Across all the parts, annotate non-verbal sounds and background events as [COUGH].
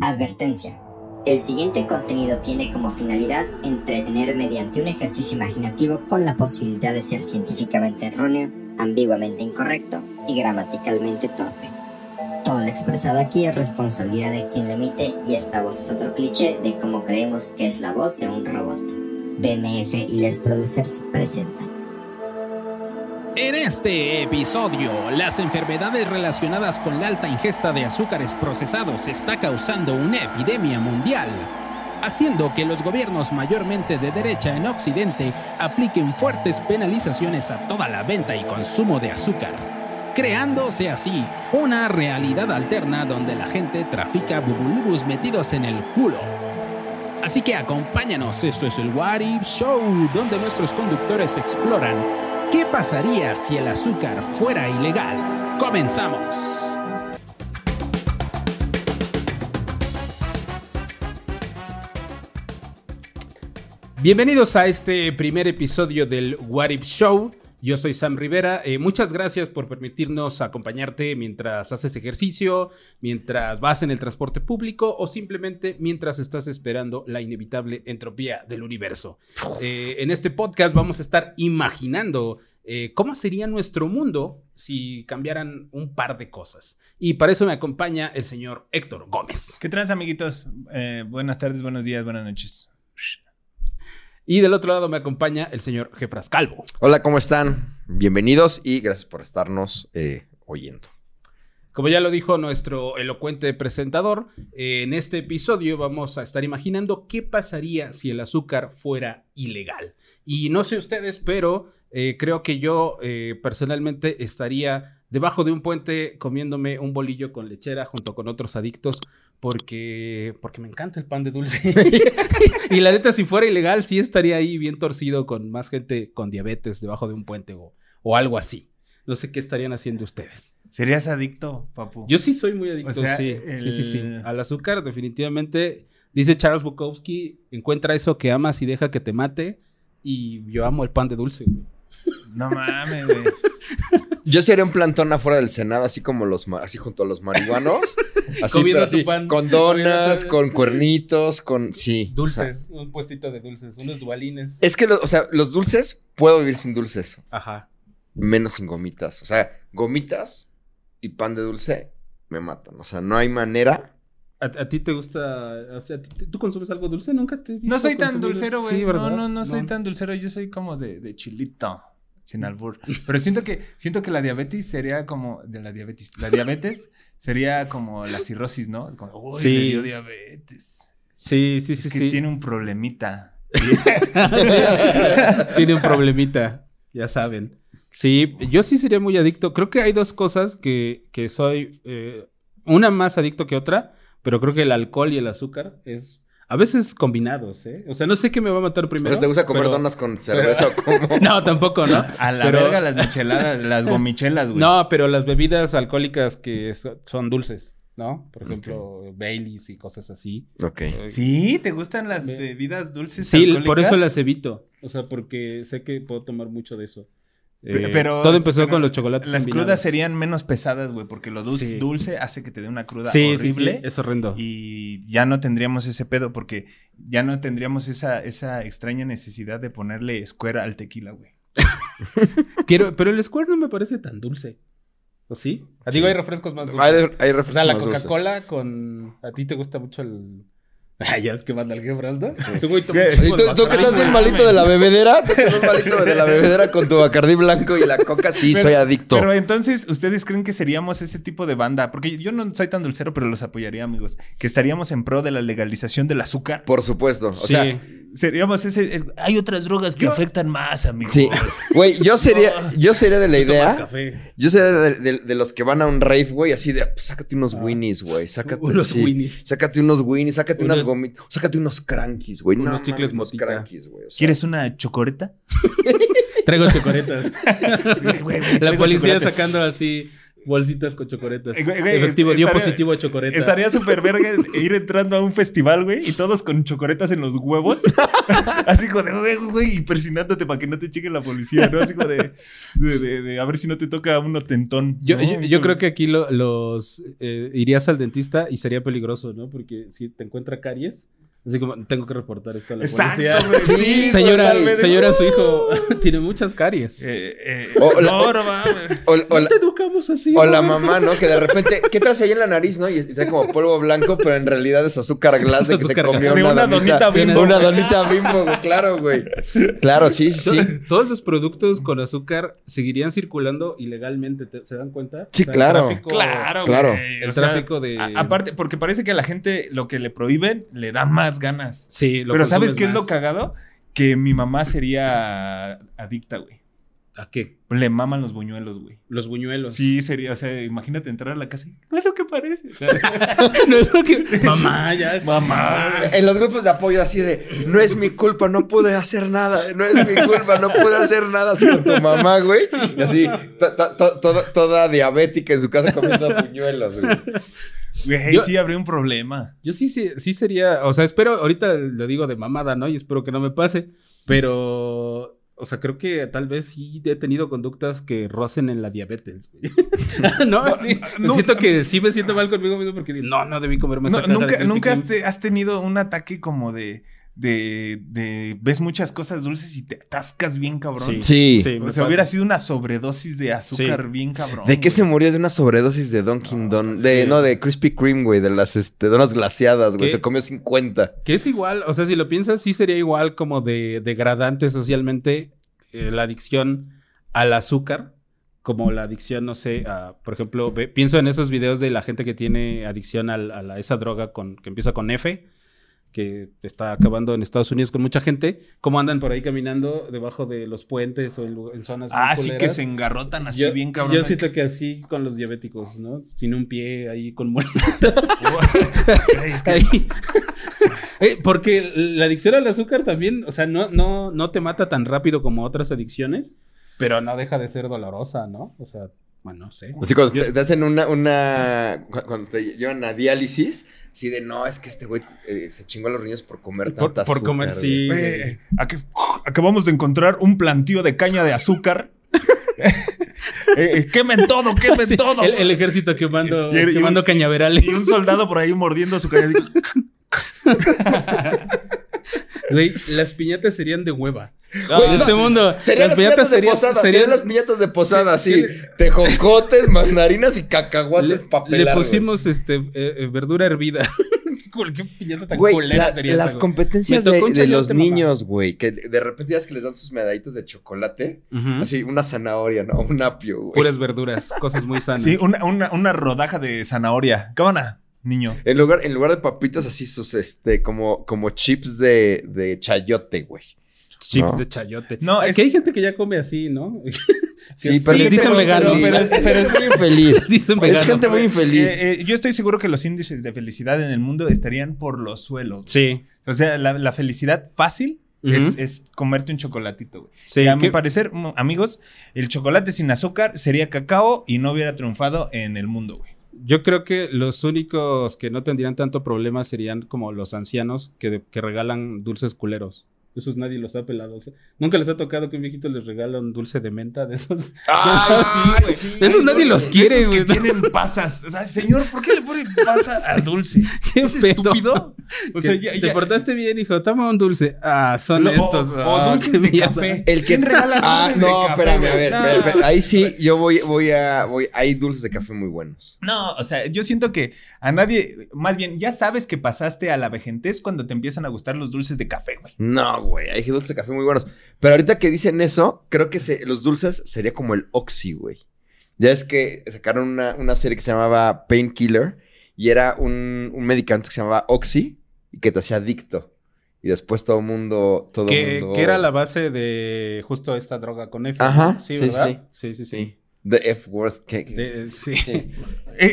Advertencia. El siguiente contenido tiene como finalidad entretener mediante un ejercicio imaginativo con la posibilidad de ser científicamente erróneo, ambiguamente incorrecto y gramaticalmente torpe. Todo lo expresado aquí es responsabilidad de quien lo emite y esta voz es otro cliché de cómo creemos que es la voz de un robot. BMF y Les Producers presentan. En este episodio, las enfermedades relacionadas con la alta ingesta de azúcares procesados está causando una epidemia mundial, haciendo que los gobiernos mayormente de derecha en Occidente apliquen fuertes penalizaciones a toda la venta y consumo de azúcar, creándose así una realidad alterna donde la gente trafica bubulubus metidos en el culo. Así que acompáñanos, esto es el What If Show, donde nuestros conductores exploran qué pasaría si el azúcar fuera ilegal. Comenzamos. Bienvenidos a este primer episodio del What If Show. Yo soy Sam Rivera. Eh, muchas gracias por permitirnos acompañarte mientras haces ejercicio, mientras vas en el transporte público o simplemente mientras estás esperando la inevitable entropía del universo. Eh, en este podcast vamos a estar imaginando eh, cómo sería nuestro mundo si cambiaran un par de cosas. Y para eso me acompaña el señor Héctor Gómez. ¿Qué trans, amiguitos? Eh, buenas tardes, buenos días, buenas noches. Y del otro lado me acompaña el señor Jefras Calvo. Hola, ¿cómo están? Bienvenidos y gracias por estarnos eh, oyendo. Como ya lo dijo nuestro elocuente presentador, eh, en este episodio vamos a estar imaginando qué pasaría si el azúcar fuera ilegal. Y no sé ustedes, pero eh, creo que yo eh, personalmente estaría debajo de un puente comiéndome un bolillo con lechera junto con otros adictos porque, porque me encanta el pan de dulce. [LAUGHS] y la neta, si fuera ilegal, sí estaría ahí bien torcido con más gente con diabetes debajo de un puente o, o algo así. No sé qué estarían haciendo ustedes. ¿Serías adicto, papu? Yo sí soy muy adicto, sea, sí, el- sí, sí, sí. Al azúcar, definitivamente. Dice Charles Bukowski, encuentra eso que amas y deja que te mate. Y yo amo el pan de dulce. güey. No mames, güey. Yo sí haría un plantón afuera del Senado, así como los, ma- así junto a los [LAUGHS] marihuanos. Así, Comiendo pero tu así, pan. con donas, Comiendo tu- con cuernitos, con... Sí. o sea, Dulces, un puestito de dulces, unos dualines. es que, lo- o sea, los dulces, puedo vivir sin dulces, Ajá. menos sin gomitas. O sea, gomitas y pan de dulce me matan. O sea, no hay manera. ¿A, a ti te gusta? O sea, ¿a ti te- ¿tú consumes algo dulce? Nunca te he visto No soy tan consumir- dulcero, güey. Sí, no, ¿verdad? no, no soy tan dulcero. Yo soy como de, de chilito. Sin albur. Pero siento que, siento que la diabetes sería como. De la diabetes. La diabetes sería como la cirrosis, ¿no? Como, Uy, Sí. le dio diabetes. Sí, sí, Es sí, que sí. tiene un problemita. tiene un problemita, ya saben. Sí, yo sí sería muy adicto. Creo que hay dos cosas que, que soy, eh, una más adicto que otra, pero creo que el alcohol y el azúcar es a veces combinados, ¿eh? O sea, no sé qué me va a matar primero. Pero, ¿Te gusta comer pero- donas con [LAUGHS] cerveza o como...? No, tampoco, [LAUGHS] ¿no? A la Pero- verga las micheladas, las gomichelas, güey. [LAUGHS] No, pero las bebidas alcohólicas que so- son dulces, ¿no? Por ejemplo, Baileys y cosas así. Ok. ¿Sí? ¿Te gustan las Me- bebidas dulces? Sí, por eso alcohólicas? las evito. O sea, porque sé que puedo tomar mucho de eso. Pe- Eh, todo empezó pero con los chocolates. Las combinados. crudas serían menos pesadas, güey, porque lo dulce, Sí. dulce hace que te dé una cruda Sí, sí, horrible. sí, es horrendo. Y ya no tendríamos ese pedo, porque ya no tendríamos esa, esa extraña necesidad de ponerle escuera al tequila, güey. Quiero- pero el Square no me parece tan dulce. ¿O sí? Ah, Digo, Sí. hay refrescos más dulces. Hay, hay o refrescos sea, la más dulces. Coca-Cola con. A ti te gusta mucho el. [LAUGHS] Ay, ya es que manda el Gebras, ¿no? Ese güey toma Oye, un chingo de ¿Tú, tú que Bacardi. estás bien malito de la bebedera, tú que estás malito de la bebedera con tu bacardí blanco y la coca, sí, Pero- soy adicto. Pero entonces, ¿ustedes creen que seríamos ese tipo de banda? Porque yo no soy tan dulcero, pero los apoyaría, amigos. Que estaríamos en pro de la legalización del azúcar. Por supuesto. O Sí. sea, Seríamos ese... es- hay otras drogas que afectan más, amigos. sí. Güey, yo sería, yo sería de la Oh. Tomas idea. café. Yo sería de, de- de los que van a un rave, güey, así de, pues, sácate unos Ah. winnies, güey. Sácate Unos sí, [LAUGHS] Winnies. Sácate unos winnies, sácate unas Unos- gomitas, sácate unos crankies, güey. Unos chicles unos motita. crankies, güey. o sea, ¿Quieres una chocoreta? Traigo chocoletas. Güey, güey, [LAUGHS] la traigo policía chocolate. sacando así Bolsitas con chocoretas. Eh, güey, güey, Efectivo, est- dio estaría- positivo a chocoreta. Estaría súper verga ir entrando a un festival, güey, y todos con chocoretas en [LAUGHS] los huevos. Así como de, güey, güey, y presionándote para que no te cheque la policía, ¿no? Así como de, de- de- de a ver si no te toca uno tentón. Yo, ¿no? yo, yo creo que aquí lo- los eh, irías al dentista y sería peligroso, ¿no? Porque si te encuentra caries, así como tengo que reportar esto a la Exacto, policía. güey, Sí, sí, Uh. güey, señora, tal vez. señora, su hijo [LAUGHS] tiene muchas caries. Eh, eh, O la- no, no mames. O, o No [LAUGHS] la, te educamos así. o la Roberto. [LAUGHS] mamá, ¿no? Que de repente, ¿qué traes ahí en la nariz, no? Y es- y trae como polvo blanco, pero en realidad es azúcar glase que se Azúcar comió De una, una donita. donita bimbo. [LAUGHS] Una donita bimbo, güey, claro, güey. Claro, sí, sí, sí. To- Todos los productos con azúcar seguirían circulando ilegalmente, ¿te- ¿se dan cuenta? Sí, O sea, el claro. tráfico- Claro, Claro. güey, El o sea, tráfico de- a- aparte, porque parece que a la gente lo que le prohíben le da más ganas. Sí, lo Pero ¿sabes qué es lo consumes cagado? Que mi mamá sería adicta, güey. más. ¿A qué? Le maman los buñuelos, güey. Los buñuelos. Sí, sería, o sea, imagínate entrar a la casa y [LAUGHS] "¿No es lo que parece. [LAUGHS] no es lo que. [LAUGHS] Mamá, ya. Mamá. En los grupos de apoyo así de, no es mi culpa, no pude hacer nada, no es mi culpa, no pude hacer nada, así con tu mamá, güey. Y así, to- to- to- toda- toda diabética en su casa comiendo puñuelos, güey. Güey, Yo- sí, habría un problema. Yo sí, sí, sí sería, o sea, espero, ahorita lo digo de mamada, ¿no? Y espero que no me pase, pero, o sea, creo que tal vez sí he tenido conductas que rocen en la diabetes, güey. [LAUGHS] no, sí, me no. siento que sí me siento mal conmigo mismo porque digo, no, no debí comerme No, esa caja nunca desde nunca has, pequeño". te- has tenido un ataque como de, de, de- Ves muchas cosas dulces y te atascas bien, cabrón. Sí. Sí. Sí, me O sea, hubiera pasa. sido una sobredosis de azúcar Sí. bien cabrón. ¿De qué se güey. murió? De una sobredosis de Dunkin' Donuts. De, sí. No, de Krispy Kreme, güey. De las este, donas glaciadas, güey. ¿Qué? Se comió 50. Que es igual, o sea, si lo piensas, sí sería igual como de degradante socialmente eh, la adicción al azúcar, como la adicción, no sé, a, por ejemplo, ve- pienso en esos videos de la gente que tiene adicción al- a, la- esa droga con, que empieza con F, que está acabando en Estados Unidos con mucha gente, cómo andan por ahí caminando debajo de los puentes o en, lu- en zonas muy Ah, sí que culeras. se engarrotan así Yo, bien cabrón. yo [LAUGHS] siento que así con los diabéticos, ¿no? Sin un pie ahí con muerte. Ay, [LAUGHS] es que- Ahí. Eh, Porque la adicción al azúcar también, o sea, no, no, no te mata tan rápido como otras adicciones, pero no deja de ser dolorosa, ¿no? O sea, bueno, no sé. Así cuando Yo- te, te hacen una, una... cu- Cuando te llevan a diálisis, así de, no, es que este güey eh, se chingó a los riños por comer Por- tanta por azúcar, comer, güey". sí. Güey, ac- acabamos de encontrar un plantío de caña [LAUGHS] de azúcar. Eh, eh, quemen todo, quemen Sí, todo. el, el ejército quemando, Y- y- y- quemando cañaverales. Y un soldado por ahí mordiendo su caña. [LAUGHS] Güey, las piñatas serían de hueva. Güey, en no, este mundo. Serían las piñatas serían- de posada, serían, serían- las piñatas de posada, Sí, sí. sí. Tejocotes, mandarinas y cacahuates le, papelares. le pusimos este, eh, eh, verdura [LAUGHS] hervida. ¿Qué piñata tan Güey, culera la- sería las esa, güey? competencias Me de, tocó un de los chayote, mamá. niños, güey, que de de repente ya es que les dan sus medallitas de chocolate, Ujú. así una zanahoria, ¿no? Un apio, güey. ¿Mm? Puras verduras, cosas muy sanas. Sí, una, una- una rodaja de zanahoria. Cámara, niño. En lugar, en lugar de papitas, así sus, este, como, como chips de, de chayote, güey. Chips No. de chayote. No, No, es- es que hay gente que ya come así, ¿no? Sí, pero les dicen veganos. Pero, es- pero es muy infeliz. [LAUGHS] Dicen es veganos. gente muy infeliz. Eh, eh, yo estoy seguro que los índices de felicidad en el mundo estarían por los suelos. Sí. O sea, la, la felicidad fácil es, Ujú. es comerte un chocolatito, güey. Sí, Y a mi ¿qué- parecer, mm, amigos, el chocolate sin azúcar sería cacao y no hubiera triunfado en el mundo, güey. yo creo que los únicos que no tendrían tanto problema serían como los ancianos que, de- que regalan dulces culeros. Esos nadie los ha pelado. O sea, Nunca les ha tocado que un viejito les regala un dulce de menta de [LAUGHS] esos. Ah, de esos, sí, de esos güey. nadie los quiere, Esos güey. que tienen pasas. O sea, señor, ¿por qué le ponen pasas a dulce? Qué ¿Es pedo. estúpido? O sea, Que ya, te ya- portaste bien, hijo. Toma un dulce. Ah, son Lo- o- estos. o Ah, dulces qué de mierda. [LAUGHS] café. El que ¿Quién regala Ah, dulces de no, café, espérame, güey? a ver, No. espérame, espérame. Ahí sí, yo voy, voy a, voy, hay dulces de café muy buenos. No, o sea, yo siento que a nadie, más bien, ya sabes que pasaste a la vejentez cuando te empiezan a gustar los dulces de café, güey. No, güey, hay dulces de café muy buenos. Pero ahorita que dicen eso, creo que se- los dulces sería como el Oxy, güey. Ya es que sacaron una, una serie que se llamaba Painkiller y era un, un medicamento que se llamaba Oxy y que te hacía adicto. Y después todo el mundo, todo Que, mundo... que era la base de justo esta droga con F. Ajá, ¿no? Sí, sí, ¿verdad? Sí, sí, sí. Sí. The F-word. ¿qué? De- sí. Sí. Eh,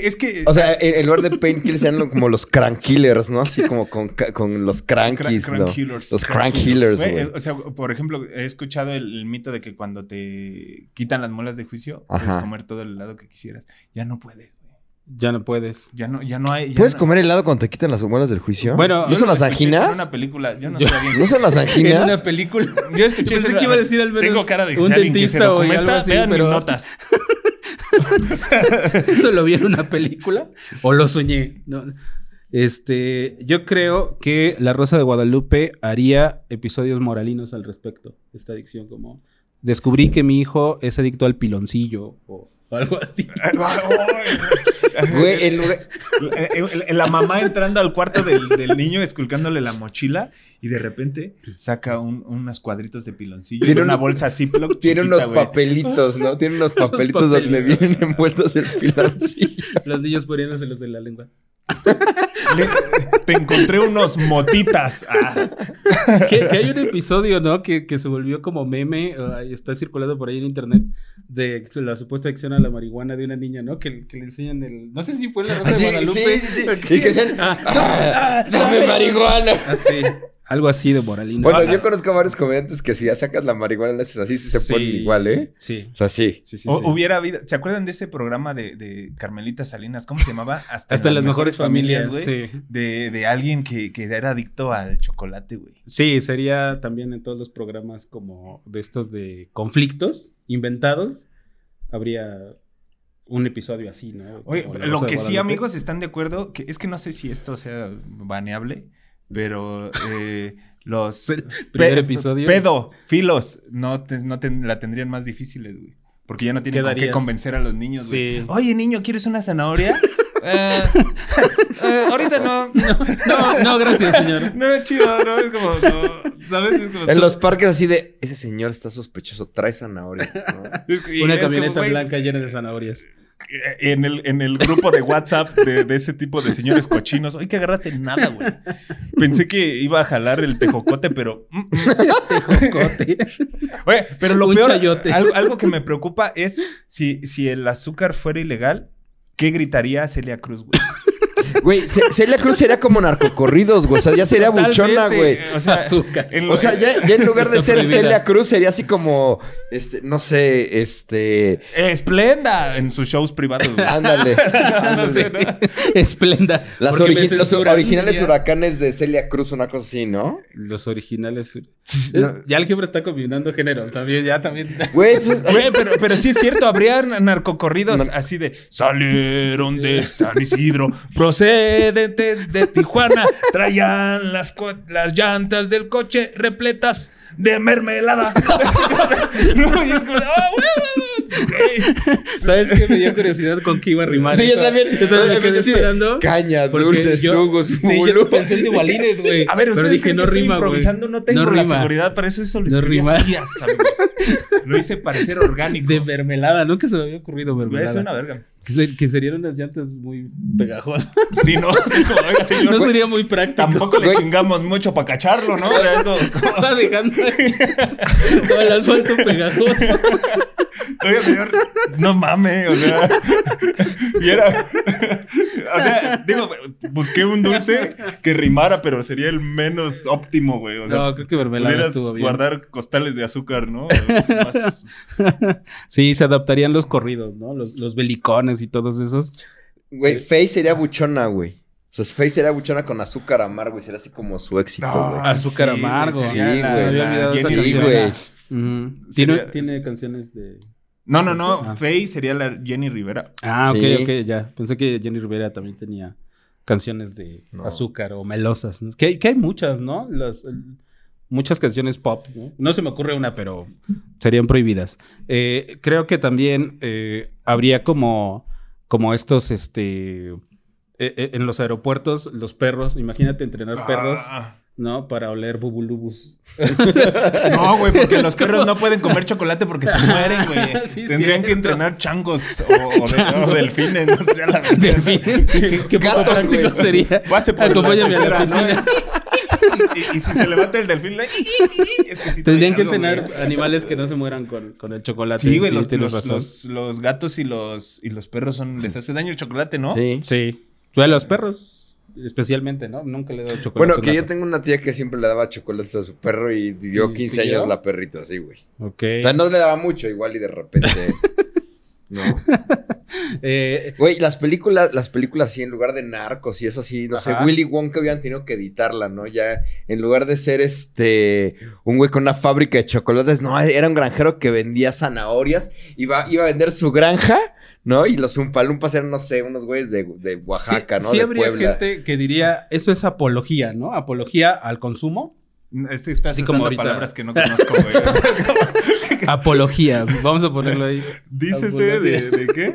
es que. O sea, en, en lugar de painkillers sean como los crankillers, ¿no? Así como con, ca- con los crankies, Cra- ¿no? crank healers. Los crank healers, Güey, güey. eh, O sea, por ejemplo, he escuchado el, el mito de que cuando te quitan las muelas de juicio, puedes Ajá. comer todo el helado que quisieras. Ya no puedes, güey. ya no puedes. Ya no, ya no hay. ya ¿Puedes no- comer helado cuando te quitan las muelas del juicio? Bueno, ¿No Yo son lo las escuché eso En anginas? una película, yo no Yo- [LAUGHS] sabía. ¿No son [LAUGHS] las En una anginas? película. Yo escuché Pensé eso, que iba [LAUGHS] a decir al menos Tengo cara de que un sea alguien que se dentista o algo documenta, así, vean pero- [LAUGHS] mis [LAUGHS] notas. ¿Eso lo vi en una película? ¿O lo soñé? No. Este, yo creo que La Rosa de Guadalupe haría episodios moralinos al respecto. Esta adicción, como descubrí que mi hijo es adicto al piloncillo o algo [LAUGHS] así. Güey, [LAUGHS] en lugar- Eh, eh, eh, La mamá entrando al cuarto del, del niño, esculcándole la mochila, y de repente saca un- unos cuadritos de piloncillo. Tiene Tiene una un- bolsa Ziploc. [LAUGHS] Tiene chiquita, unos güey. papelitos, ¿no? [LAUGHS] Tiene unos papelitos donde papelitos. vienen envueltos el piloncillo. [LAUGHS] Los niños poniéndoselos en la lengua. Le- te encontré unos [LAUGHS] motitas. Ah, Que, que hay un episodio, ¿no? Que, que se volvió como meme, eh, y está circulando por ahí en internet, de la supuesta adicción a la marihuana de una niña, ¿no? Que, que le enseñan el... No sé si fue en la Rosa de Así, Guadalupe. Ah, sí, [LAUGHS] sí, Ok. sí. Y que sean. "Ah, ¡Dame marihuana! Así, algo así de moralino. Bueno, Ajá. yo conozco varios comediantes que si ya sacas la marihuana, le haces así, sí se Sí. ponen igual, ¿eh? Sí. O sea, sí. Sí, sí, o- sí. Hubiera habido. ¿Se acuerdan de ese programa de, de Carmelita Salinas? ¿Cómo se llamaba? Hasta las mejores familias, güey. sí. de, de alguien que, que era adicto al chocolate, güey. Sí, sería también en todos los programas como de estos de conflictos inventados, habría un episodio así, ¿no? Oye, Como La lo Rosa que de sí, Guadalupe. amigos, están de acuerdo, que es que no sé si esto sea baneable, pero eh, [LAUGHS] los Primer pe- episodio. pedo, filos, no, te- no te- la tendrían más difíciles, güey. Porque ya no tienen con qué Quedarías- convencer a los niños, güey. [LAUGHS] Sí. [LAUGHS] Oye, niño, ¿quieres una zanahoria? Eh, eh, ahorita no. No, no, gracias, [LAUGHS] señor. No, chido, no, es como, no, ¿sabes? Es como, En los parques así de, ese señor está sospechoso, trae zanahorias, [LAUGHS] ¿no? es que- Una es como, camioneta güey, blanca llena de zanahorias. eh, en el, en el grupo de WhatsApp de, de ese tipo de señores cochinos. Hoy que agarraste nada, güey. Pensé que iba a jalar el tejocote, pero. mm, mm. [LAUGHS] Tejocote. Oye, pero lo Un peor. chayote. Algo, algo que me preocupa es si, si el azúcar fuera ilegal, ¿qué gritaría Celia Cruz, güey? Güey, Ce- Celia Cruz sería como narcocorridos, güey. O sea, ya sería buchona, Totalmente, güey. eh, O sea, Azúcar. en lo- O sea, ya, ya en lugar de Está ser prohibida. Celia Cruz, sería así como, este, no sé, este. eh, Esplenda en sus shows privados, güey. [LAUGHS] Ándale. [LAUGHS] No sé, ¿no? Esplenda. Las Porque me origi- los censuran. originales huracanes de Celia Cruz, una cosa así, ¿no? Los originales. Ya el jefe está combinando géneros también, ya también. Güey, pues, Güey, pero, pero sí es cierto, habría na- narcocorridos así de salieron de San Isidro, procedentes de Tijuana, traían las, co- las llantas del coche repletas de mermelada. [LAUGHS] no, y es como, "Ah, güey, güey, güey". ¿Sabes qué? Me dio curiosidad con qué iba a rimar. sí, yo eso. también. Entonces, me empecé quedé así de, esperando. Caña, porque dulces, yo- [LAUGHS] jugos, sí, mulu. yo pensé en igualines, güey. A ver, pero ustedes dije, creen no que estoy rima, güey. improvisando, no tengo no la rima. seguridad, para eso eso lo No escribí rima. hace días, amigos. Lo hice parecer orgánico. De mermelada, nunca se me había ocurrido Güey, mermelada. Es una verga. que, se- que serían unas llantas muy pegajosas. Sí, [LAUGHS] no, es como, oiga, señor, no güey, sería muy práctico. [LAUGHS] tampoco le Güey. chingamos mucho para cacharlo, ¿no? O sea, es como- como- Está dejando ahí todo el asfalto pegajoso. [LAUGHS] Oiga, señor, no mames, o [LAUGHS] sea. Y era. O sea, digo, busqué un dulce que rimara, pero sería el menos óptimo, güey. O sea, No, creo que mermelada pudieras estuvo bien. guardar costales de azúcar, [LAUGHS] ¿no? Es más- Sí, se adaptarían los corridos, ¿no? Los, los belicones y todos esos. Güey, Faye sería buchona, güey. O sea, Faye sería buchona con azúcar amargo y sería así como su éxito, güey. Ah, Azúcar sí, amargo. güey, Sí, sería la- güey. había olvidado la esa Jenny Sí, canción. güey. Rivera. Ujú. Tiene, Mm, Sería- tiene canciones de... No, no, no. Ah. Faye sería la Jenny Rivera. Ah, ok, Sí. ok, ya. Pensé que Jenny Rivera también tenía canciones de No. azúcar o melosas. ¿no? Que, que hay muchas, ¿no? Las, eh, muchas canciones pop, ¿no? No se me ocurre una, pero serían prohibidas. Eh, creo que también eh, habría como, como estos, este... eh, eh, en los aeropuertos, los perros, imagínate entrenar perros, Ah. ¿no? Para oler bubulubus. No, güey, [LAUGHS] porque los perros no pueden comer chocolate porque se mueren, güey. Sí, Tendrían que cierto. entrenar changos o, o de- o delfines, no sé, a la Delfín. [LAUGHS] ¿Qué, qué poco [LAUGHS] Gatos, práctico güey. sería? Pase por la Acompáñame a la pecera, ¿no? piscina. y, y si se levanta el delfín, le- [LAUGHS] es que sí te Tendrían que digo, güey. tener animales que no se mueran con, con el chocolate. Sí, güey, los, tienes los, razón. los- los gatos y los, y los perros son, les hace daño el chocolate, ¿no? Sí. Sí. Tú a los perros, especialmente, ¿no? Nunca le he dado chocolate. Bueno, a un que yo gato. tengo una tía que siempre le daba chocolates a su perro y vivió ¿Y 15 siguió? años la perrita así, güey. Ok. O sea, no le daba mucho igual y de repente... No. Eh, Güey, las películas, las películas sí, en lugar de narcos y eso sí, no Ajá. sé, Willy Wonka hubieran tenido que editarla, ¿no? Ya, en lugar de ser este, un güey con una fábrica de chocolates, no, era un granjero que vendía zanahorias, iba, iba a vender su granja, ¿no? Y los umpalumpas eran, no sé, unos güeyes de, de Oaxaca, sí, ¿no? sí de habría Puebla. gente que diría, eso es apología, ¿no? Apología al consumo. Este está Así usando como ahorita. palabras que no conozco, [LAUGHS] güey. apología, [LAUGHS] vamos a ponerlo ahí. Dícese de, de qué?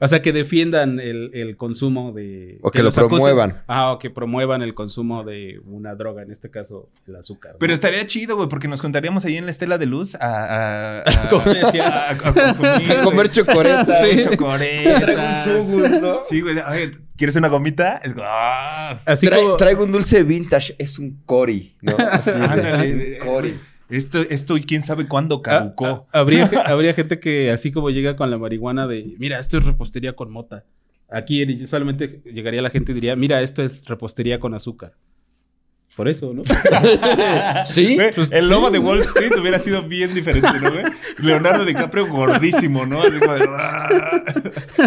O sea, que defiendan el, el consumo de... O que lo los acusen- promuevan. Ah, o que promuevan el consumo de una droga, en este caso el azúcar. ¿no? Pero estaría chido, güey, porque nos contaríamos ahí en la estela de luz a, a, [LAUGHS] a- Como decía. a- a consumir. güey. Comer chocolate. Sí. chocolate. Traigo un sugus, ¿no? Sí, güey. Oye, ¿quieres una gomita? Es como, ah. Así Tra- como... Traigo un dulce vintage, es un cori, ¿no? Así de- Ándale. un cori. Esto, esto, quién sabe cuándo Ah, caducó. ah, habría, ge- habría gente que así como llega con la marihuana de, mira, esto es repostería con mota. Aquí en- yo solamente llegaría la gente y diría, mira, esto es repostería con azúcar. Por eso, [LAUGHS] ¿no? ¿Sí? Güey, el lobo de Wall Street hubiera sido bien diferente, ¿no, güey? Leonardo DiCaprio gordísimo, ¿no? Así como de, ah.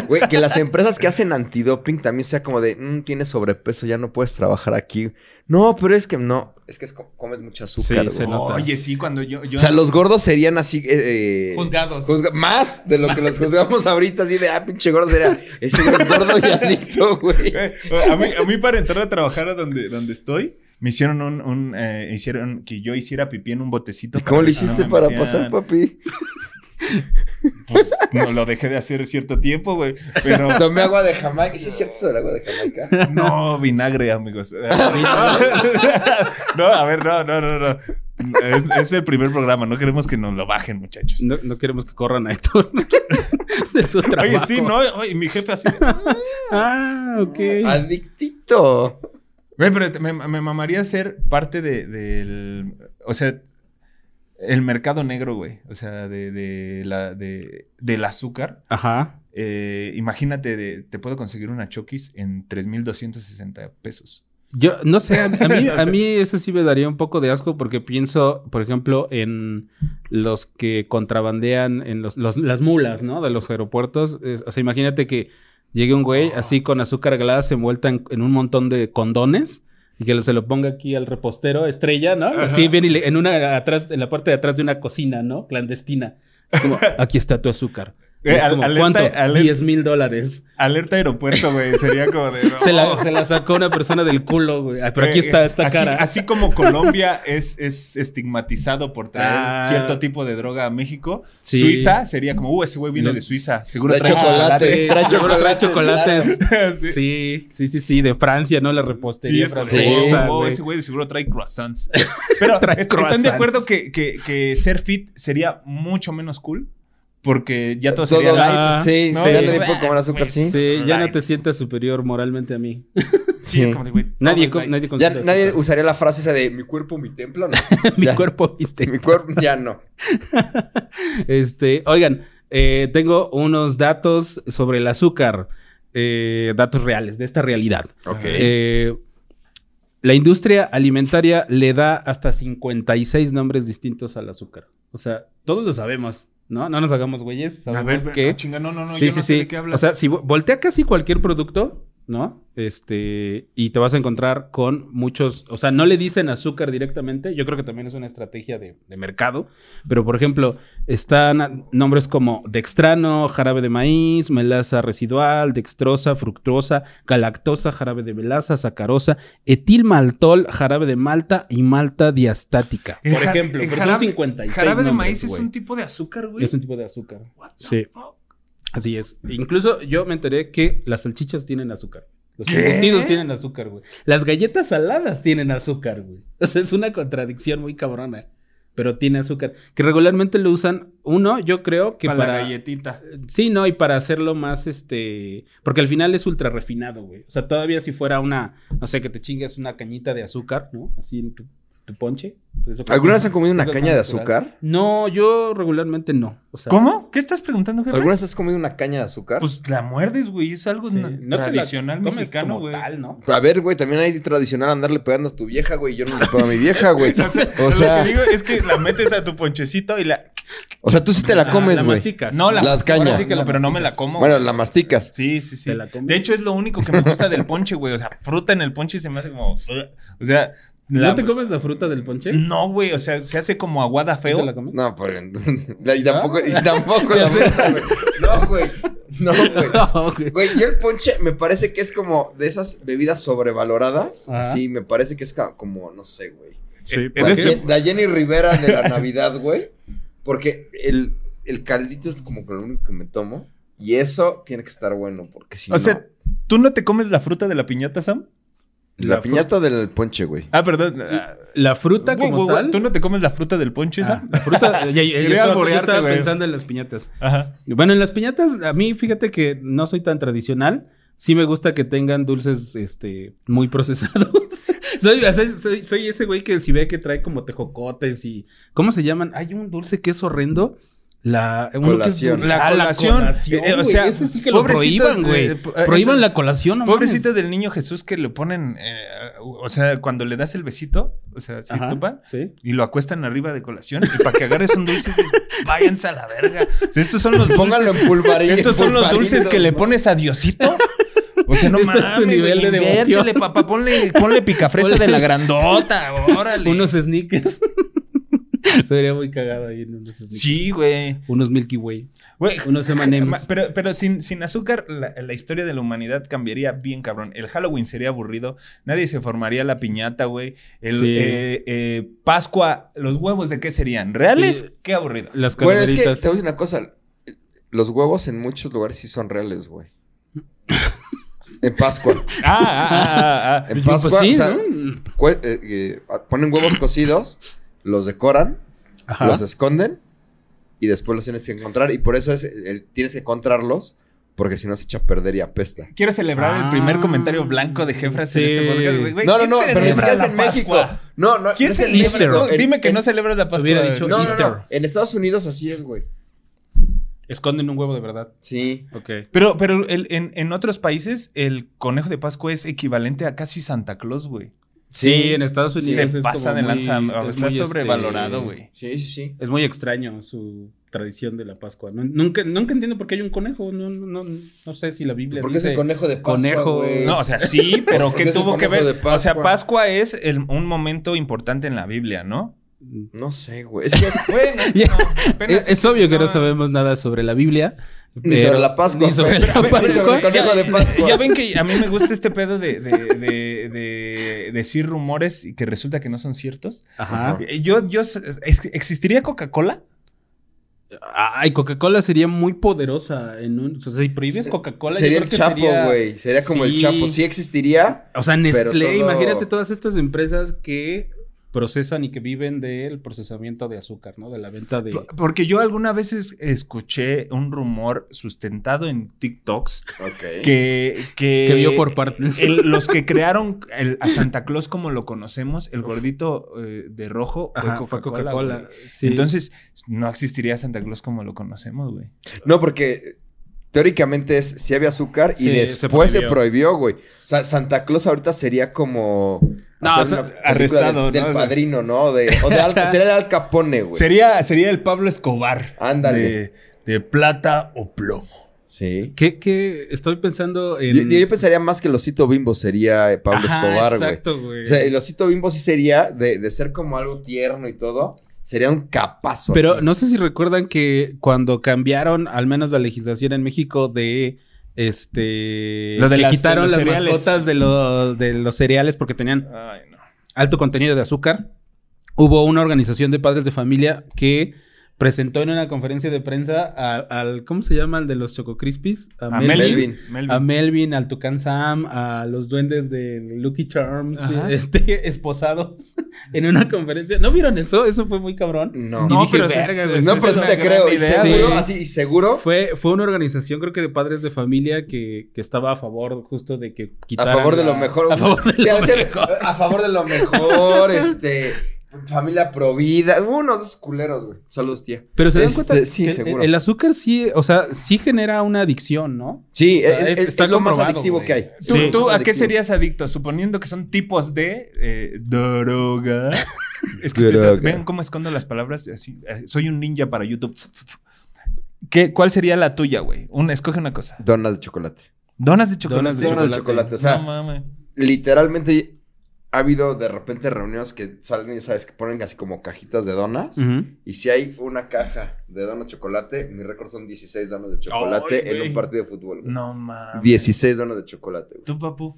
Güey, que las empresas que hacen antidoping también sea como de, "Mm, tienes sobrepeso, ya no puedes trabajar aquí. No, pero es que no, es que es co- comes mucha azúcar. Sí, se güey. nota. Oye, sí, cuando yo... yo O sea, los gordos serían así. eh, eh, Juzgados. juzga- más de lo que los juzgamos ahorita, así de, ah, pinche gordo sería. Ese güey es gordo y adicto, güey. Eh, A mí, a mí para entrar a trabajar a donde, donde estoy, me hicieron un... un, eh, hicieron que yo hiciera pipí en un botecito. ¿Cómo para le que no hiciste me para metieran. pasar, papi? Pues no lo dejé de hacer cierto tiempo, güey. Pero [LAUGHS] Tomé agua de Jamaica. ¿Sí es cierto eso del agua de Jamaica? no vinagre, [LAUGHS] amigos. Ah, No, a ver, no, no, no, no. Es, es el primer programa, no queremos que nos lo bajen, muchachos. No, no queremos que corran a Héctor [LAUGHS] de su trabajo. Oye, sí, ¿no? Oye, mi jefe así... Ah, ok. Adictito. [LAUGHS] Güey, pero este, me, me mamaría ser parte de- del. o sea, el mercado negro, güey. O sea, de, de la, de, del azúcar. Ajá. Eh, imagínate, de- te puedo conseguir una Chokis en 3,260 pesos. Yo no sé, a, a [LAUGHS] mí, a mí eso sí me daría un poco de asco porque pienso, por ejemplo, en los que contrabandean en los, los- las mulas, ¿no? De los aeropuertos. Es- o sea, imagínate que llegue un güey Ah. así con azúcar glass envuelta en, en un montón de condones y que lo- se lo ponga aquí al repostero estrella, ¿no? Así viene y le- en una atrás, en la parte de atrás de una cocina, ¿no? Clandestina. Es como, aquí está tu azúcar. Y [LAUGHS] Eh, es al- como, alerta- ¿cuánto? alerta. 10 mil dólares. Alerta aeropuerto, güey. Sería como [LAUGHS] de. Se la, ¡Oh! se la sacó una persona del culo, güey. Ay, Pero aquí Eh, está eh, esta así, cara. Así como Colombia es, es estigmatizado por traer Ah. cierto tipo de droga a México, Sí. Suiza sería como, uh, ese güey vino No. de Suiza. Seguro Trae trae chocolate. chocolates. Trae chocolates. chocolates. [LAUGHS] Sí. Sí, sí, sí, sí, de Francia, ¿no? La repostería es correcto. francesa. Oh, güey. ese güey de seguro trae [LAUGHS] croissants. Pero Trae ¿est- ¿están croissants. de acuerdo que, que- que ser fit sería mucho menos cool? Porque ya todo sería Todos- light. light. Sí, No, sí, ya sí. le di por comer azúcar, Güey, sí. Sí, ya no Right. pues, te sientas superior moralmente a mí. Sí, es como de, güey, todo Nadie, es co- light. nadie Ya considera nadie eso. usaría la frase esa de mi cuerpo, mi templo, [LAUGHS] no. mi ya. cuerpo y te- Mi cuerpo ya [LAUGHS] no. Este, oigan, eh, tengo unos datos sobre el azúcar. eh, datos reales, de esta realidad. Ok. Eh, la industria alimentaria le da hasta 56 nombres distintos al azúcar. O sea, todos lo sabemos, ¿no? No nos hagamos güeyes. A Sabemos ver, que... no, chinga, no, no, no, sí, yo sí, no sé sí. de qué o hablas. sea, si vo- voltea casi cualquier producto, ¿no? Este, y te vas a encontrar con muchos, o sea, no le dicen azúcar directamente, yo creo que también es una estrategia de, de mercado, pero por ejemplo, están a- nombres como dextrano, jarabe de maíz, melaza residual, dextrosa, fructuosa, galactosa, jarabe de melaza, sacarosa, etilmaltol, jarabe de malta y malta diastática. El Por ja- ejemplo, el pero son jarabe- 56 Jarabe de nombres, maíz es güey. un tipo de azúcar, güey. Es un tipo de azúcar. What the Sí. fuck? Así es. Incluso yo me enteré que las salchichas tienen azúcar. Los ¿Qué? embutidos tienen [LAUGHS] azúcar, güey. Las galletas saladas tienen azúcar, güey. O sea, es una contradicción muy cabrona. pero tiene azúcar. Que regularmente lo usan, uno, yo creo que para, para. la galletita. Sí, no, y para hacerlo más este. Porque al final es ultra refinado, güey. O sea, todavía si fuera una, no sé, que te chingas una cañita de azúcar, ¿no? Así en tu, tu ponche. pues eso creo ¿Alguna que- vez han comido una creo que es caña de más natural. azúcar? No, yo regularmente no. O sea, ¿Cómo? ¿Qué estás preguntando, jefe? ¿Alguna vez has comido una caña de azúcar? Pues la muerdes, güey. Es algo sí, na- no te la tradicional comes mexicano, como güey. [LAUGHS] tal, ¿no? A ver, güey, también hay tradicional andarle pegando a tu vieja, güey. Yo no le pego a mi [LAUGHS] vieja, güey. O Lo sea, que digo es que la metes a tu ponchecito y la. o sea, tú sí te la Ah, comes, güey. masticas. No, la. Las ahora cañas. sí que la- pero no me la como. Bueno, la masticas. Sí, sí, sí. ¿Te la comes? De hecho, es lo único que me gusta del ponche, güey. O sea, fruta en el ponche se me hace como. O sea. la- ¿No te comes la Mm, fruta del ponche? No, güey. O sea, se hace como aguada ¿No feo. te la comes? No, pues. [LAUGHS] Y tampoco, Ah. [LAUGHS] y tampoco la fruta, güey. No, güey. No, güey. No, [LAUGHS] güey. Güey, yo el ponche me parece que es como de esas bebidas sobrevaloradas. Ajá. Sí, me parece que es ca- como, no sé, güey. Eh, Sí, La, en Pues este. Ye- la Jenny Rivera de la Navidad, güey. Porque el, el caldito es como que lo único que me tomo. Y eso tiene que estar bueno, porque si O no. sea, ¿tú no te comes la fruta de la piñata, Sam? la, la piñata del ponche, güey. Ah, perdón. Ah, La fruta güey, como güey, güey, tal. ¿Tú no te comes la fruta del ponche, Ah, Sam? [LAUGHS] la fruta. ya- ya- ya Quería estaba- yo alborearte, estaba güey. pensando en las piñatas. Ajá. Bueno, en las piñatas, a mí fíjate que no soy tan tradicional. Sí me gusta que tengan dulces este, muy procesados. [LAUGHS] soy, o sea, soy- soy ese güey que si ve que trae como tejocotes y... ¿Cómo se llaman? Hay un dulce que es horrendo. La uno que es Colación. dul- La Ah, colación. Eh, eh, o güey, sea, ese sí que lo pobrecito, prohíban, güey. eh, po- eh, prohíban eso- la colación, no mames. Pobrecito del niño Jesús que le ponen, eh, o sea, cuando le das el besito, o sea, si Ajá, tupa, Sí. y lo acuestan arriba de colación, y para que agarres un dulce, dices, váyanse a la verga. O sea, estos [LAUGHS] son los Póngalo dulces, en pulvarillo. estos son los dulces que le pones a Diosito. O sea, [LAUGHS] no Este es tu mames, nivel nivel de devoción. papá, ponle, ponle picafresa de la grandota, órale. Unos sneakers. [LAUGHS] Sería muy cagado ahí en unos sneakers. Sí, güey. Unos Milky Way. Güey, Unos M&M's. Pero, pero sin, sin azúcar, la, la historia de la humanidad cambiaría bien cabrón. El Halloween sería aburrido. Nadie se formaría la piñata, güey. El Sí. eh, eh, Pascua, los huevos de qué serían? ¿Reales? Sí. Qué aburrido. Las Bueno, es calaveritas. que te voy a decir una cosa. Los huevos en muchos lugares sí son reales, [LAUGHS] güey. En Pascua. Ah, ah, ah, ah, [LAUGHS] ah. En Pascua, Pues sí, o sea, ¿no? cue- eh, eh, ponen huevos cocidos, los decoran, Ajá. los esconden y después los tienes que encontrar. Y por eso es, el- tienes que encontrarlos porque si no se echa a perder y apesta. Quiero celebrar el primer Ah. comentario blanco de Jefras Sí. en este podcast, güey. Güey, No, no, ¿quién no, pero ni celebra siquiera es la en México. Pascua? No, no, ¿Quién no es en celebra? México. No, En- Dime que en- no celebras la Pascua. Hubiera dicho No, no, no. Easter. En Estados Unidos así es, güey. Esconden un huevo de verdad. Sí. Ok. Pero, pero el- en, en otros países, el conejo de Pascua es equivalente a casi Santa Claus, güey. Sí, Sí. en Estados se Unidos. es pasa como de muy- lanza. o es está muy, este, sobrevalorado, güey. Sí, sí, sí. Es muy extraño su tradición de la Pascua. No- nunca, nunca entiendo por qué hay un conejo. No, no, no, no sé si la Biblia Porque es dice. el conejo de Pascua, conejo. güey. No, o sea, [LAUGHS] sí, pero Porque ¿qué es el tuvo que conejo ver? de O sea, Pascua. Pascua es el- un momento importante en la Biblia, [LAUGHS] ¿no? Mm. No sé, güey. Es que [LAUGHS] Bueno, Ya. no, apenas- es, es obvio que no, no. sabemos nada sobre la Biblia. ni pero- sobre la Pascua. Ni [LAUGHS] sobre la pero- pero sobre Pascua. el conejo de Pascua. Ya ven que a mí me gusta este pedo de, de- de- de decir rumores y que resulta que no son ciertos. Ajá. Eh, Yo, yo, ¿ex- ¿existiría Coca-Cola? Ay, Coca-Cola sería muy poderosa en un. O sea, si prohíbes Coca-Cola. yo Sería creo el que Chapo, güey. Sería como Sí. el Chapo. Sí existiría. O sea, Pero Nestlé, todo- imagínate todas estas empresas que procesan y que viven del procesamiento de azúcar, ¿no? De la venta de. P- Porque yo alguna vez es- escuché un rumor sustentado en TikToks Ok. que, que, Que Eh, vio por partes. el- los que crearon el- [LAUGHS] a Santa Claus como lo conocemos, el gordito eh, de rojo fue Ajá, fue Coca-Cola. Coca-Cola, güey. sí. Entonces, no existiría Santa Claus como lo conocemos, güey. No, porque teóricamente es si había azúcar y Sí, después se se prohibió. prohibió. güey. O sea, Santa Claus ahorita sería como No, hacer o sea, una película arrestado, del, del ¿no? padrino, ¿no? De, o de Al, sería de Al Capone, Pues. güey. Sería, sería el Pablo Escobar. Ándale. De, de plata o plomo. Sí. ¿Qué, qué? Estoy pensando en. Yo, yo pensaría más que el osito bimbo sería eh, Pablo Ajá, Escobar, güey. Exacto, güey. O sea, el osito bimbo sí sería de, de ser como algo tierno y todo. Sería un capazo. Pero así. no sé si recuerdan que cuando cambiaron, al menos la legislación en México de este Lo de que las- quitaron de los las cereales. mascotas de los de los cereales porque tenían Ay, no. alto contenido de azúcar. Hubo una organización de padres de familia que presentó en una conferencia de prensa a- al, ¿cómo se llama? Al de los Choco Crispies. A, A Melvin. Melvin. Melvin. Melvin. A Melvin, al Tucán Sam, a los duendes de Lucky Charms, [LAUGHS] Ajá. este, esposados [LAUGHS] en una conferencia. ¿No vieron eso? Eso fue muy cabrón. No. Y No, dije, pero es- "Verga, güey, es- eso esa pero es sí una te gran creo. Y idea, seguro, güey. así, y seguro, Fue, fue una organización, creo que de padres de familia, que, que estaba a favor justo de que a quitaran. favor de la- lo mejor. A favor [LAUGHS] de Sí, lo a ser- mejor. A favor de lo mejor, este... Familia provida. Unos esos culeros, güey. Saludos, tía. Pero se dan Este, cuenta sí, que el- seguro. el, azúcar sí, o sea, sí genera una adicción, ¿no? Sí, sea, es, Ah, es- es- está es lo más comprobado, adictivo güey. que hay. ¿Tú, Sí. tú Más a qué adictivo. serías adicto? Suponiendo que son tipos de eh, [LAUGHS] droga. Es que estoy Droga. tratando- vean cómo escondo las palabras. Así, eh, soy un ninja para YouTube. ¿Qué, ¿Cuál sería la tuya, güey? Una, escoge una cosa. Donas de chocolate. Donas de chocolate. Donas de Donas de chocolate. chocolate. O sea, no mames. literalmente ha habido de repente reuniones que salen y sabes que ponen así como cajitas de donas. Y si hay una caja de donas chocolate, mi récord son 16 donas de chocolate Ay, en güey. un partido de fútbol. güey. No mames. 16 donas de chocolate, güey. Tú, papu.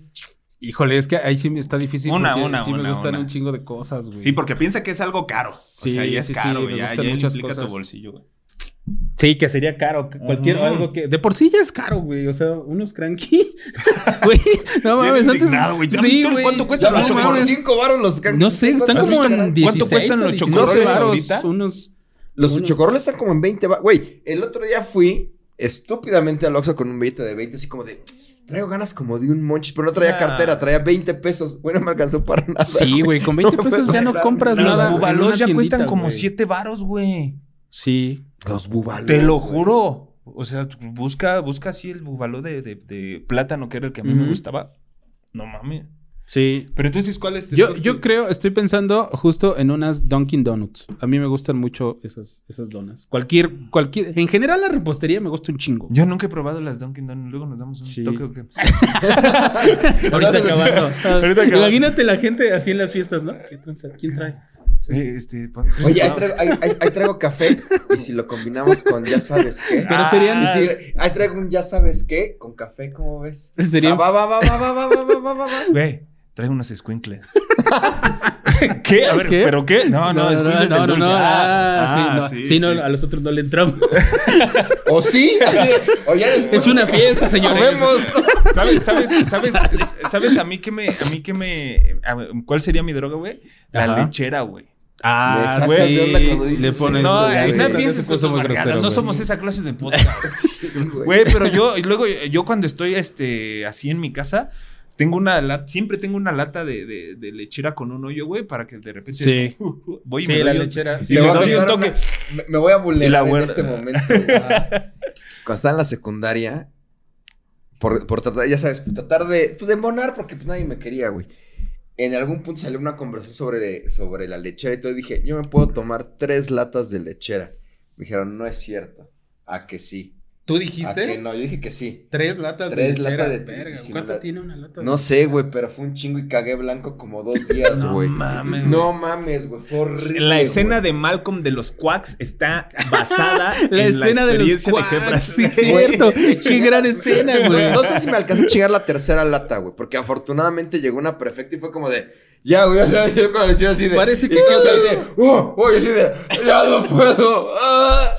Híjole, es que ahí sí me está difícil. Una, porque una, sí una, me gustan una. un chingo de cosas, güey. Sí, porque piensa que es algo caro. Sí, o sea, ya es sí, sí, caro, me güey. Ya, gustan ya muchas implica cosas. tu bolsillo, güey. Sí, que sería caro. que Cualquier Ajá. algo que. De por sí ya es caro, güey. O sea, unos cranky. [LAUGHS] Güey, no mames. Antes, indignado, güey. ¿Ya Sí, viste el güey. cuánto cuesta Ya No van como mames. 5 varos los can- No sé, están ¿Cuántos como caras? en 16 ¿Cuánto cuestan los o 18 chocolates varos, ahorita? Unos. Los Uno. chocoroles están como en 20 ba- Güey, el otro día fui estúpidamente al Oxxo con un billete de 20, así como de... Traigo ganas como de un monchis, pero no traía Ah. cartera, traía 20 pesos. Bueno, me alcanzó para nada. [LAUGHS] Sí, güey. Con 20 No me pesos ya no compran compras nada. nada. Los en bubalos una ya cuestan tiendita, como güey. 7 varos, güey. Sí. Los bubalos. Te lo güey. juro. O sea, tú busca, busca así el bubaló de, de- de plátano que era el que a mí me Ujú. gustaba. No mames. Sí. Pero entonces, ¿cuál es? Yo, yo creo, estoy pensando justo en unas Dunkin' Donuts. A mí me gustan mucho esas, esas donas. Cualquier, cualquier. En general, la repostería me gusta un chingo. Yo nunca he probado las Dunkin' Donuts. Luego nos damos un Sí. [LAUGHS] toque. ¿o qué? Ahorita acabando. Ahorita acabando. Imagínate la gente así en las fiestas, ¿no? ¿Qué tranza? ¿Quién trae? Eh, este, pa- Oye, ahí traigo, ahí, ahí- ahí traigo café y si lo combinamos con ya sabes qué. Pero Y serían- si- ahí traigo un ya sabes qué con café, ¿cómo ves? Ah, Serían- Va, va, va, va, va, va, va, va, va, va, va. Güey, traigo unos [LAUGHS] squinkles. ¿Qué? A ver, ¿Qué? ¿pero qué? No, no, squinkles del dulce. Ah, sí, no. Sí, no, a los otros no le entramos. O sí, así de- o ya después [LAUGHS] es una fiesta, nos señores. vemos. [LAUGHS] ¿Sabes, sabes, sabes, sabes a mí que me, a mí que me, a ver, ¿cuál sería mi droga, güey? La Ajá. lechera, güey. Ah, Le sacas sí. de onda cuando dices Le eso. pones. No, eh, ya, güey. no Ya pienses que pues, somos groseros. No güey. somos esa clase [LAUGHS] de podcast. Güey, pero yo, y luego, yo cuando estoy este, así en mi casa, tengo una lata, siempre tengo una lata de, de, de lechera con un hoyo, güey, para que de repente Sí. es como, uh, uh, voy y Sí, me doy la un- lechera. y Le me voy a doy un contar toque. una- me, me voy Y a la vulnerar en güey- [LAUGHS] este momento. güey. Cuando estaba en la secundaria, por, por tratar, ya sabes, tratar de, pues, de embonar porque pues, nadie me quería, güey. En algún punto salió una conversación sobre, sobre la lechera y todo. y dije, yo me puedo tomar tres latas de lechera. Me dijeron, no es cierto. A que sí. ¿Tú A que no, yo dije que sí. Tres latas Tres lechera. latas de- Verga, sin ¿Cuánto la- tiene una lata de No sé, güey, pero fue un chingo y cagué blanco como dos días, güey. No mames. No mames, güey. Fue horrible. La escena güey. de Malcolm de los Quacks está basada [LAUGHS] La en escena la de los experiencia de cuacs, Jefferson. [LAUGHS] sí, es cierto. [LAUGHS] Qué gran escena, güey. No sé si me alcanzó a chingar la tercera lata, güey. Porque afortunadamente llegó una prefecta y fue como de. Ya, güey, ya sabes, [LAUGHS] yo con la lechera así de. Parece y que- yo así de. ¡Uh! ¡Uy! Así de. ¡Ya no puedo! ¡Ah!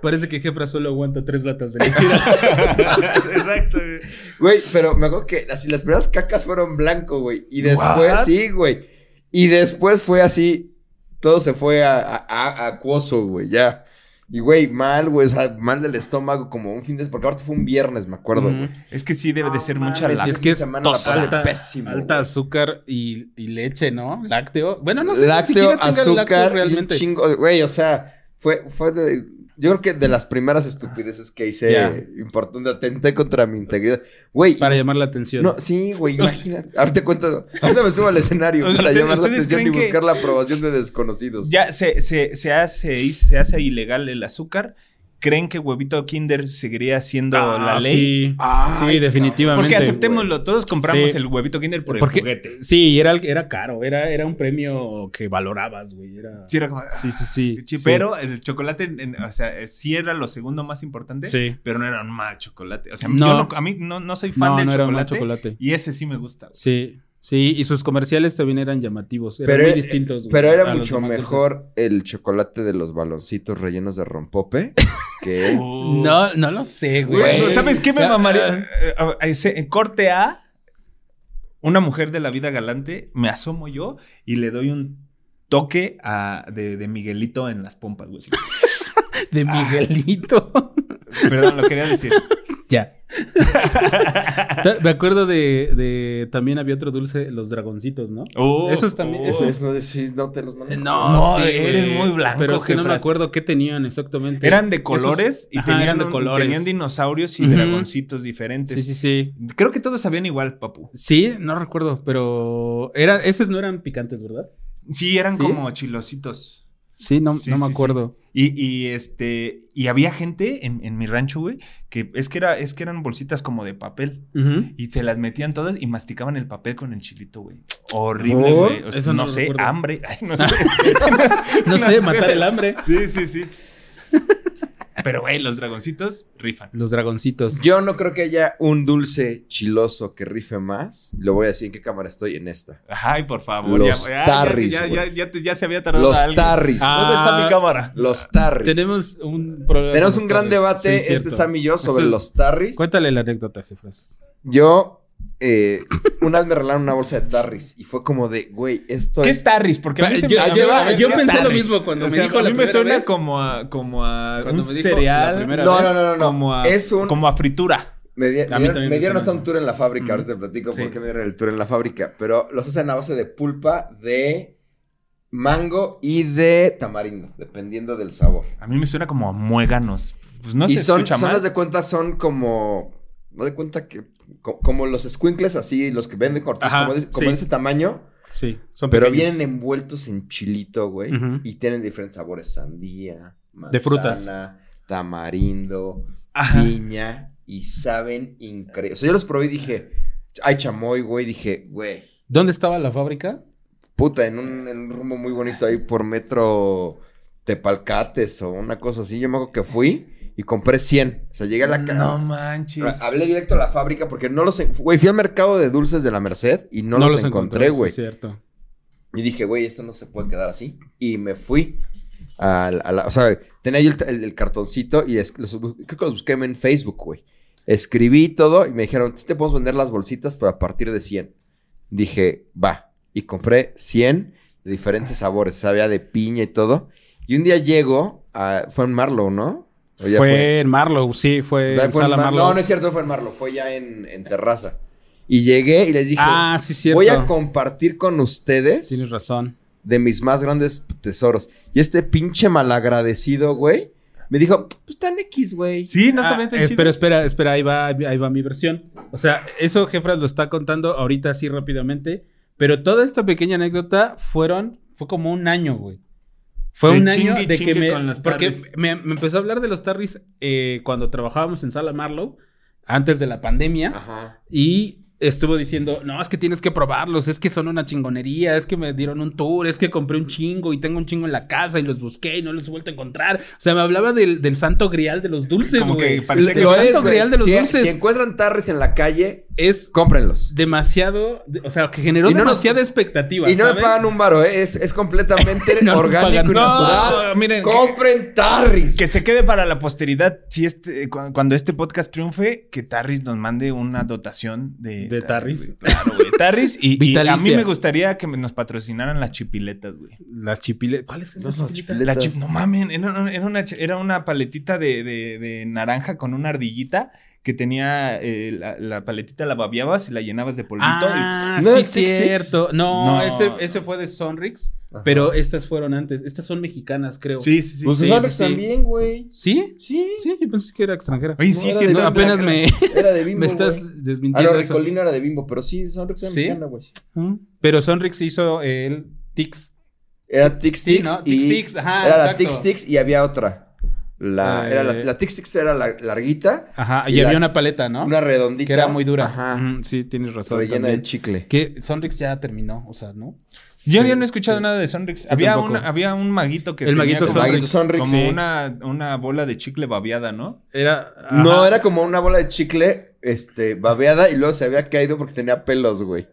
Parece que Jefra solo aguanta tres latas de lechera. [LAUGHS] Exacto. güey. Güey, pero me acuerdo que así las primeras cacas fueron blanco, güey. Y después, What? sí, güey. Y después fue así. Todo se fue a, a, a- acuoso, güey, ya. Y, güey, mal, güey, o sea, mal del estómago, como un fin de... Porque aparte fue un viernes, me acuerdo, güey. Es que sí debe de ser mucha mames, la... sí es que es semana la pasé alta, pésimo, alta güey. azúcar y, y leche, ¿no? Lácteo. Bueno, Ah, no sé si Lácteo, siquiera tenga azúcar, lácteo realmente. realmente. un chingo... Güey, o sea, fue... fue de- yo creo que de las primeras estupideces que hice, Ya. importante, atenté contra mi integridad. Güey, Para llamar la atención. No, sí, güey, imagínate. Ahorita cuento. Ahorita me subo al [LAUGHS] escenario Oigan, para ¿ustedes- llamar la ustedes atención y creen que- buscar la aprobación de desconocidos. Ya se, se, se, hace, se hace ilegal el azúcar. ¿Creen que huevito Kinder seguiría siendo Ah, la Sí, ley? sí definitivamente. Ah, Porque aceptémoslo, todos compramos Sí. el huevito Kinder por el Porque- juguete. Sí, era, era caro. Era, era un premio que valorabas, güey. Era... Sí, era como- ah, sí, sí. sí, Sí, sí. Pero el chocolate, en- en- o sea, eh, sí era lo segundo más importante, Sí. pero no era un mal chocolate. O sea, No. yo no- a mí no, no soy fan No, del no era chocolate, más chocolate. Y ese sí me gusta. güey. Sí. Sí, y sus comerciales también eran llamativos. Eran Pero muy era- distintos. güey, Pero a era los mucho demás dulces. mejor el chocolate de los baloncitos rellenos de rompope [LAUGHS] que... No, no lo sé, güey. Güey, no, ¿Sabes qué me Ya, mamaría? ah, Eh, a- a ese- en corte A, una mujer de la vida galante, me asomo yo y le doy un toque a- de, de Miguelito en las pompas, güey. Así, De Miguelito. Perdón, lo quería [LAUGHS] decir. Ya. Ta- Me acuerdo de, de- También había otro dulce, los dragoncitos, ¿no? Oh, Esos también- oh. Eso es, no, sí, no te los mando. No, Eh, sí, eres güey. muy blanco, Pero es que no me jefras. acuerdo qué tenían exactamente. Eran de Esos- colores y Ajá, tenían, eran de un- colores. tenían dinosaurios y Ujú. dragoncitos diferentes. Sí, sí, sí. Creo que todos sabían igual, papu. Sí, no recuerdo, pero era, esos no eran picantes, ¿verdad? Sí, eran ¿Sí? como chilositos. Sí, no, Sí, no sí, me acuerdo. Y, y, este, y había gente en, en mi rancho, güey, que es que era, es que eran bolsitas como de papel. Ujú. [LAUGHS] Y se las metían todas y masticaban el papel con el chilito, güey. Horrible, ¿Por? güey. O sea, Eso no, no sé, recuerdo. hambre. Ay, [LAUGHS] no sé. No, No sé, sé. matar el hambre. sí, sí, sí. Pero, güey, los dragoncitos rifan. Los [LAUGHS] dragoncitos. Yo no creo que haya un dulce chiloso que rife más. Lo voy a decir en qué cámara estoy en esta. Ay, por favor. Los ya, ay, ya- tarris, ya, ya, güey. ya te- ya se había tardado Los algo. tarris. ¿Dónde está Ah. mi cámara? Los tarris. Pues, Tenemos un problema. Tenemos con un los gran tardes. debate, Sí, este cierto. Sam y yo, sobre Eso es- los tarris. Cuéntale la anécdota, jefras. Yo, eh, una vez me regalaron una bolsa de tarris y fue como de, güey, esto ¿Qué es. es tarris? Porque a mí Pa- se yo- me- a mí Pues, yo- a mí yo me pensé lo tarris. mismo cuando me O sea, dijo a la mí me primera suena vez. como a, como a Cuando un me dijo la cereal. primera No, vez. no, no, no, no. Como a, Es un- como a fritura. Me, di- me también dieron, me me dieron suena hasta eso. un tour en la fábrica, Ujú. ahorita te platico Sí. por qué me dieron el tour en la fábrica, pero los hacen a base de pulpa de mango y de tamarindo, dependiendo del sabor. A mí me suena como a muéganos. Pues no y se son, escucha son mal. las de cuenta, son como. No de cuenta que. co- Como los squinkles, así, los que venden cortos, Ajá, como, de, como sí. de ese tamaño, Sí, son pero pequeños. vienen envueltos en chilito, güey. Ujú. Y tienen diferentes sabores: sandía, manzana, De frutas. tamarindo, Ajá. piña. Y saben increíble. O sea, yo los probé y dije, hay chamoy, güey. Dije, güey, ¿Dónde estaba la fábrica? puta, en un, en un rumbo muy bonito ahí por metro Tepalcates o una cosa así. Yo me acuerdo que fui y compré 100. O sea, llegué a la casa. No manches. Hablé directo a la fábrica porque no los... en- Güey, fui al mercado de dulces de la Merced y no, los, encontré, güey. Sí, cierto. Y dije, güey, esto no se puede quedar así. Y me fui a la... a la- o sea, tenía yo el, el- el cartoncito y es- los bu- creo que los busqué en Facebook, güey. Escribí todo y me dijeron, sí te podemos vender las bolsitas, pero a partir de 100. Dije, va. Y compré 100 de diferentes sabores. Sabía de piña y todo. Y un día llego a... Fue en Marlow, ¿no? ¿O ya Fue, en Marlow, sí, fue Todavía en fue en Sala Mar- Marlow. No, no es cierto, fue en Marlo, fue ya en, en terraza. Y llegué y les dije, ah, sí, cierto. voy a compartir con Tienes ustedes razón. de mis más grandes tesoros. Y este pinche malagradecido, güey, me dijo, pues tan X, güey. Sí, no Ah, saben tan eh, chidos. pero espera, espera, ahí va, ahí va mi versión. O sea, eso Jefras lo está contando ahorita así rápidamente. Pero toda esta pequeña anécdota fueron, fue como un año, güey. Fue De un chingue año y de que chingue me. con los Porque tarris. me, me empezó a hablar de los tarris eh, cuando trabajábamos en Sala Marlow, antes de la pandemia. Ajá. Y estuvo diciendo, no, es que tienes que probarlos, es que son una chingonería, es que me dieron un tour, es que compré un chingo y tengo un chingo en la casa y los busqué y no los he vuelto a encontrar. O sea, me hablaba del, del santo grial de los dulces, Como que güey. parecía El, que el Lo es, santo güey. grial de los Si, dulces si encuentran tarres en la calle, es cómprenlos. demasiado, de- o sea, que generó Y no nos- demasiada expectativa, Y no me ¿sabes? pagan un varo, ¿eh? es, es completamente [LAUGHS] No nos orgánico pagan y nada. natural. [LAUGHS] No, miren, que- Compren tarris. Que se quede para la posteridad. Si este, cu- cuando este podcast triunfe, que Tarris nos mande una dotación de. ¿De tarris? güey. Claro, güey. Tarris y, y a mí Vitalicia. me gustaría que me- nos patrocinaran las chipiletas, güey. Las chipiletas. ¿Cuáles son No, las no, chipiletas? chipiletas. La chip, no mamen, era, una- era una, chi- era una paletita de, de- de naranja con una ardillita que tenía eh, la, la paletita, la babiabas y la llenabas de polvito. Ah, y- ¿No sí, es Six Sticks? cierto. No, No, ese, no. ese fue de Sonrix, Ajá. pero estas fueron antes. Estas son mexicanas, creo. Sí, sí, sí. Pues sí, los sí, sí. también, güey. ¿Sí? Sí. Sí, yo pensé que era extranjera. Oye, No sí, era sí, de no, No, Bimbo, apenas me, Era de [LAUGHS] Bimbo, me estás güey. Ah, desmintiendo no, eso. Ricolino era de Bimbo, pero sí, Sonrix era ¿Sí? mexicana, güey. Ujú. Pero Sonrix hizo el Tix. Era Tix Sí, Tix ¿no? y... Tix Tix, ajá, Era la exacto. Tix Tix y había otra. La, Eh. era la, la Tix Tix era la- larguita, Ajá, y, Y la- había una paleta, ¿no? una redondita. que era muy dura. Ajá. Ujú, sí, tienes razón. Rellena también. de chicle. Que Sonrix ya terminó, o sea, ¿no? Yo Sí, ya no he escuchado sí. nada de Sonrix. Había tampoco. un, había un maguito que El maguito como, Sonrix. Maguito Sonrix, como sí. una, una bola de chicle babeada, ¿no? Era. No, ajá. era como una bola de chicle, este, babeada y luego se había caído porque tenía pelos, güey.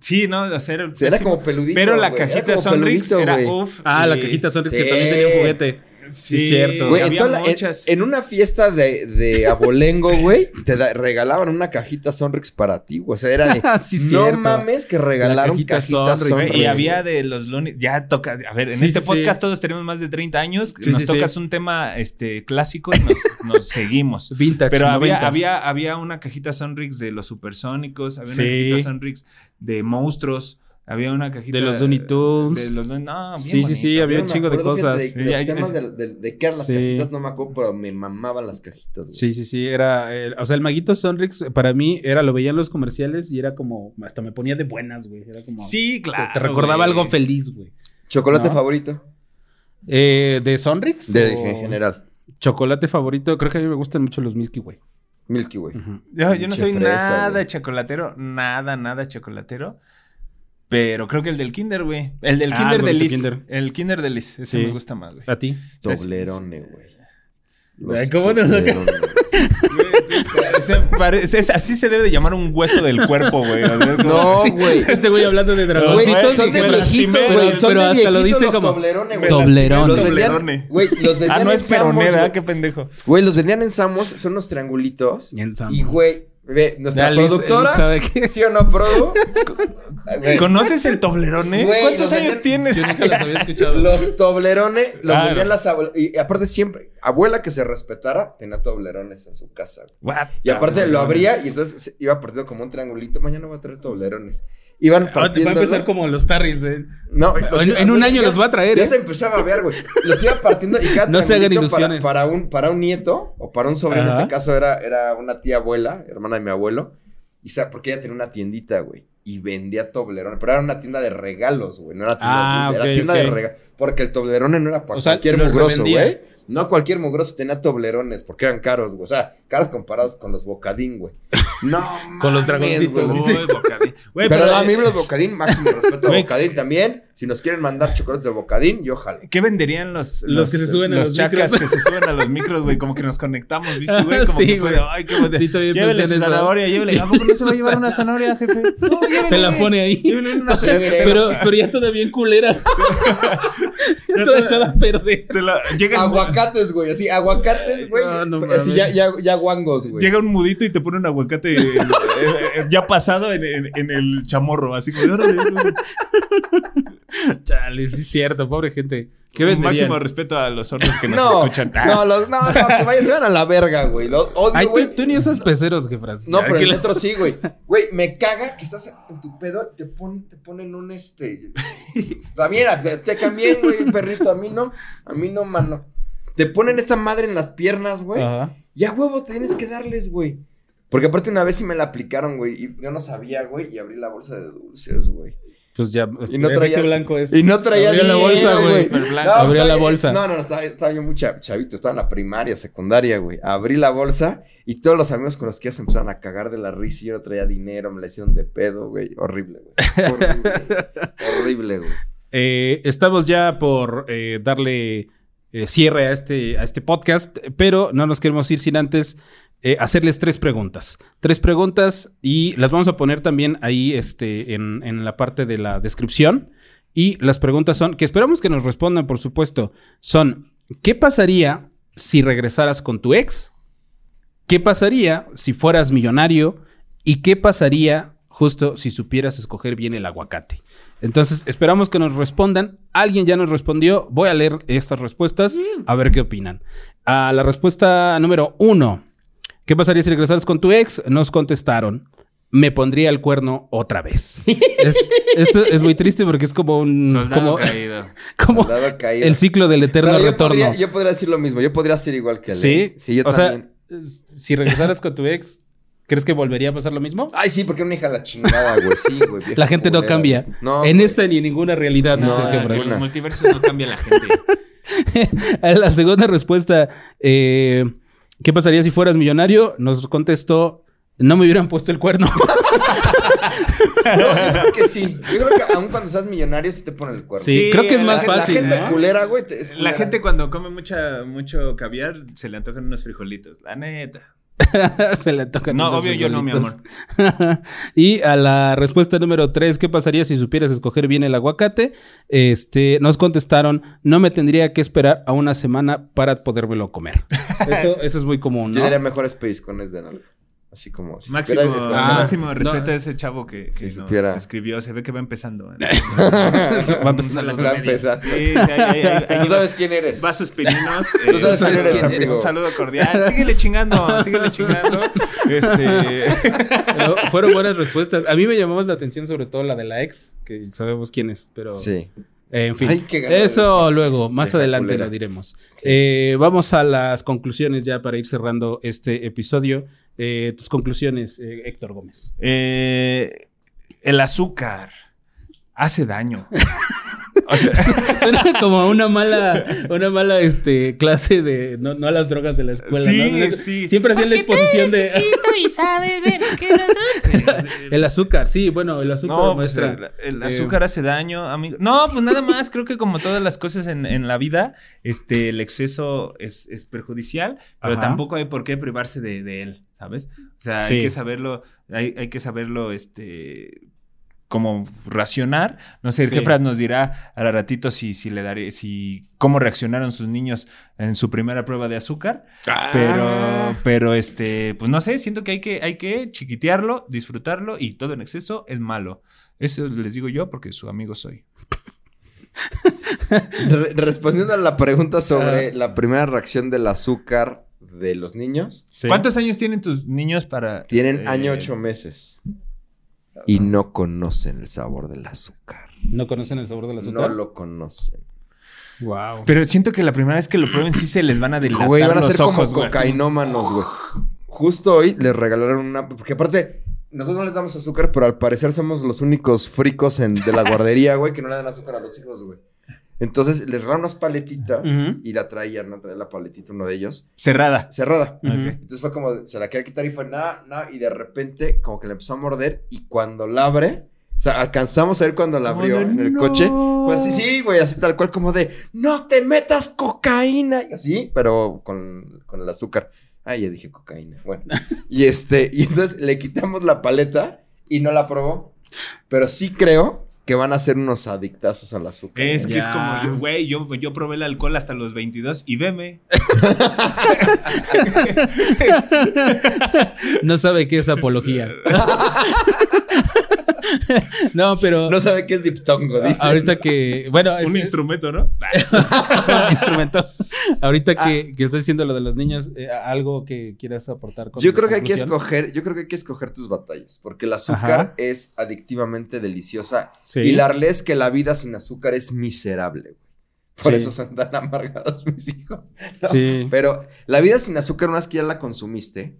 Sí, no, de acero. Se era pésimo. como peludito. Pero la güey, era cajita como Sonrix peludito, era güey. uff. Ah, la y- cajita Sonic que Sí. también tenía un juguete. Sí, Sí, cierto. Güey, en había toda la- en- muchas. en, una fiesta de, [LAUGHS] de abolengo, güey, te da- regalaban una cajita Sonrix para ti, güey. O sea, [LAUGHS] era Ah, de. sí, no cierto. mames que regalaron cajita cajitas Sonrix, Güey, Sonrix. Sonrix, y había de los lunes, ya toca, a ver, en Sí, este sí, podcast sí. todos tenemos más de 30 años, Sí, nos sí, tocas sí. un tema este clásico y [LAUGHS] nos, nos seguimos. Vintage. Pero había, noventas. había, había una cajita Sonrix de los supersónicos, había Sí. una cajita Sonrix de monstruos, había una cajita De los Looney Tunes. de los Looney- no, bien Sí, sí, sí, bonito. había Yo un me chingo de acuerdo, fíjate, cosas. de- Sí, los ahí- temas es- de, de- de qué eran las Sí. cajitas, no me acuerdo, pero me mamaban las cajitas. güey. Sí, sí, sí, era, eh, o sea, el maguito Sonrix para mí era, lo veía en los comerciales y era como, hasta me ponía de buenas, güey, era como, Sí, te, claro. te recordaba güey. algo feliz, güey. ¿Chocolate No. favorito? Eh, ¿De Sonrix? De, o En general. Chocolate favorito, creo que a mí me gustan mucho los Milky Way. Milky Way. Ujú. Yo, yo no Pinche soy fresa, nada güey. chocolatero, nada, nada chocolatero. Pero creo que el del Kinder, güey. El del Ah, Kinder el de del Liz. Kinder. El Kinder de Liz. Ese Sí. me gusta más, güey. ¿A ti? sea, sí, Toblerone, güey. Ay, ¿cómo no saca? [LAUGHS] Toblerone, güey. O sea, parece- es- así se debe de llamar un hueso del cuerpo, güey. O sea, como- No, güey. Este güey hablando de Güey, dragoncitos. huesitos son y de me que- lastimé, viejitos, pero- güey. Son pero de hasta lo viejitos dice los como- Toblerone, güey. Toblerón. Los Toblerone. vendían, güey, los [LAUGHS] vendían Ah, no en es Sam's, peroneda, güey. qué pendejo. Güey, los vendían en Samos, son unos triangulitos. Y en Sam's. Y güey, ve, nuestra Ya, Liz- Liz productora, sabe que- ¿sí o no, [LAUGHS] produ? Güey, ¿Conoces el Toblerone? Güey, ¿Cuántos los años vendían- tienes? Yo nunca los había escuchado. Los toblerones, los Claro. vendían las abuelas. Y aparte siempre, abuela que se respetara, tenía toblerones en su casa. güey. What? Y aparte lo abría y entonces se- iba partiendo como un triangulito. Mañana va a traer toblerones. Iban Ahora Ah, te partiendo. va a empezar como los tarris, eh. No, los En, iba- en un güey, año ya- los va a traer, Ya ¿eh? se empezaba a ver, güey. Los iba partiendo y cada [LAUGHS] No se hagan triangulito para- ilusiones. Para, un, para un nieto o para un sobrino, en Ajá. este caso era, era una tía abuela, hermana de mi abuelo. Y sa- porque ella tenía una tiendita, güey. Y vendía toblerones. Pero era una tienda de regalos, güey. No era tienda Ah, de dulce, ok, Era tienda ok. de regalos. Porque el toblerone no era para O sea, cualquier los mugroso, revendía. güey. No cualquier mugroso tenía toblerones porque eran caros, güey. O sea, caros comparados con los [LAUGHS] bocadín, güey. No, Con los mames, dragoncitos. güey. Uy, bocadín. Güey, Pero, pero, eh, a mí los bocadín, máximo respeto a Güey. bocadín también. Si nos quieren mandar chocolates de bocadín, yo jalo. ¿Qué venderían los, Los que se suben a los chacas micros. que se suben a los micros, güey? Como que nos conectamos, ¿viste, güey? Como Sí, que fue de, güey. ay, qué bonito. Sí, todavía llévele pensé su en eso. zanahoria, llévele. ¿A poco no se va a llevar una zanahoria, jefe? No, llévele. Te la pone ahí. Llévele [LAUGHS] una zanahoria. Pero, pero ya toda bien [LAUGHS] culera. [LAUGHS] toda echada a perder. Te la- llega, Aguacates, güey, así, aguacates, güey. No, no así, mames. ya, ya, ya guangos, güey. llega un mudito y te pone un aguacate eh, eh, ya pasado en, en- en el chamorro, así como... "Órale, órale". Chale, sí es cierto, pobre gente. ¿Qué venderían? Máximo respeto a los sordos que nos No, escuchan. Ah. no, los, no, no, que vayan, se van a la verga, güey. Los Ay, odio, tú, güey. tú ni usas peceros, jefras. No, Ay, pero que el la- otro sí, güey. Güey, me caga que estás en tu pedo te, pon- te ponen [LAUGHS] un este. También, a- te, te cambié, güey, perrito. A mí no, a mí no, mano. Te ponen esta madre en las piernas, güey. Ajá. Y a huevo tienes que darles, güey. Porque aparte una vez sí me la aplicaron, güey. Y yo no sabía, güey. Y abrí la bolsa de dulces, güey. Pues ya. Y no eh, traía- qué blanco es. Y no traía Abrió la bolsa, güey. Pero blanco. No, Abrió estaba- la bolsa. No, no, no, estaba, estaba yo muy cha- chavito. Estaba en la primaria, secundaria, güey. Abrí la bolsa y todos los amigos con los que ya se empezaron a cagar de la risa. Y yo no traía dinero, me la hicieron de pedo, güey. Horrible, güey. Horrible, [LAUGHS] Horrible, güey. Eh, estamos ya por eh, darle eh, cierre a este, a este podcast, pero no nos queremos ir sin antes eh, hacerles tres preguntas. Tres preguntas y las vamos a poner también ahí este, en, en la parte de la descripción. Y las preguntas son, que esperamos que nos respondan, por supuesto, son, ¿qué pasaría si regresaras con tu ex? ¿Qué pasaría si fueras millonario? ¿Y qué pasaría justo si supieras escoger bien el aguacate? Entonces, esperamos que nos respondan. Alguien ya nos respondió. Voy a leer estas respuestas a ver qué opinan. A la respuesta número uno. ¿Qué pasaría si regresaras con tu ex? Nos contestaron. Me pondría el cuerno otra vez. Es- esto es muy triste porque es como un... Como, Soldado [LAUGHS] caído. como Soldado caído. el ciclo del Pero eterno yo retorno. Podría, yo podría decir lo mismo. Yo podría ser igual que él. Sí, ¿eh? Sí, yo o también. sea, s- si regresaras con tu ex, ¿crees que volvería a pasar lo mismo? Ay, sí, porque una hija de la chingada, güey. Sí, güey. vieja La gente no culera, cambia. güey. No, en este güey. esta ni en ninguna realidad, No, dice no, el que no, frase. no. el multiverso no cambia la gente. La segunda respuesta, eh, ¿qué pasaría si fueras millonario? Nos contestó, no me hubieran puesto el cuerno. [LAUGHS] No, yo creo que sí. Yo creo que aun cuando seas millonario sí te pone el [LAUGHS] cuerno. Sí, creo que es la- más la, fácil, La gente ¿no? culera, güey. te- es La culera. gente cuando come mucha, mucho caviar se le antojan unos frijolitos. La neta. Se le tocan No, unas obvio yo no, mi bolitas. amor. [LAUGHS] y a la respuesta número 3, ¿qué pasaría si supieras escoger bien el aguacate? Este, nos contestaron, no me tendría que esperar a una semana para podérmelo [LAUGHS] comer. Eso, eso es muy común, ¿no? Yo diría mejores pellizcones de nalga. Así como. si Máximo, supieras escoger- ah, Ah, máximo respeto no. a ese chavo que, que Si nos supiera. escribió. Se ve que va [LAUGHS] empezando. ¿eh? Ah, pues, Va a empezar. Va a empezar. No [LAUGHS] Tú sabes quién eres. Vasos [LAUGHS] pelinos. Tú eh, un sabes quién saludo- eres, amigo. Un saludo cordial. Síguele chingando, síguele chingando. [LAUGHS] Este, Pero fueron buenas respuestas. A mí me llamó más la atención sobre todo la de la ex, que sabemos quién es, pero... Sí. Eh, en fin, Ay, qué ganas eso luego, más esa adelante culera. lo diremos. Eh, vamos a las conclusiones ya para ir cerrando este episodio. Eh, tus conclusiones, eh, Héctor Gómez. eh, el azúcar hace daño. [LAUGHS] O sea, Suena como una mala, una mala este, clase de no, no a las drogas de la escuela. sí, ¿no? sí. Siempre hacían la Porque tú eres exposición de chiquito y sabes ver que nosotros. [LAUGHS] el azúcar. Sí, bueno, el azúcar No, pues muestra. el, el eh, azúcar hace daño, amigo. No, pues nada más, creo que como todas las cosas en, en la vida, este, el exceso es, es perjudicial, pero Ajá. tampoco hay por qué privarse de, de él, ¿sabes? O sea, Sí. hay que saberlo, hay, hay que saberlo, este, como racionar. No sé, el Sí. Jefras nos dirá al ratito si, si le daré, si, cómo reaccionaron sus niños en su primera prueba de azúcar. Ah. Pero, pero este, pues no sé, siento que hay que, hay que chiquitearlo, disfrutarlo y todo en exceso es malo. Eso les digo yo porque su amigo soy. Re- Respondiendo a la pregunta sobre Ah. la primera reacción del azúcar de los niños, Sí. ¿Cuántos años tienen tus niños para...? tienen eh, año ocho meses Ah. y no conocen el sabor del azúcar. No conocen el sabor del No azúcar. lo conocen. Wow. Pero siento que la primera vez que lo prueben sí se les van a delatar Güey, van a los ser ojos, como güey, así. cocainómanos, güey. Justo hoy les regalaron una. Porque aparte, nosotros no les damos azúcar, pero al parecer somos los únicos fricos en- de la guardería, güey, que no le dan azúcar a los hijos, güey. Entonces les regalaron unas paletitas Ujú. y la traían, ¿no? Traía la paletita uno de ellos. Cerrada. Cerrada. Ujú. Ok. Entonces fue como, de- se la quería quitar y fue nada, nada, y de repente como que le empezó a morder y cuando la abre, o sea, alcanzamos a ver cuando la abrió en el coche, fue así, Pues sí, güey, así tal cual como de, no te metas cocaína, y así, pero con, con el azúcar. Ah, ya dije cocaína, [LAUGHS] bueno. Y este, y entonces le quitamos la paleta y no la probó, pero sí creo que van a ser unos adictazos al azúcar. Es que es Ya. como, yo, güey, yo, yo probé el alcohol hasta los 22 y veme. No sabe qué es apología. [LAUGHS] no, pero No sabe qué es diptongo, dice. ahorita que bueno, [LAUGHS] Un es- instrumento, ¿no? instrumento. Ahorita Ah. que, que estoy diciendo lo de los niños, eh, algo que quieras aportar. Con Yo tu creo que hay que conclusión? escoger, yo creo que hay que escoger tus batallas, porque el azúcar Ajá. es adictivamente deliciosa Sí. y la realidad es que la vida sin azúcar es miserable. güey. Por Sí. eso son tan [LAUGHS] amargados mis hijos. ¿no? [LAUGHS] Sí. Pero la vida sin azúcar, una vez que ya la consumiste,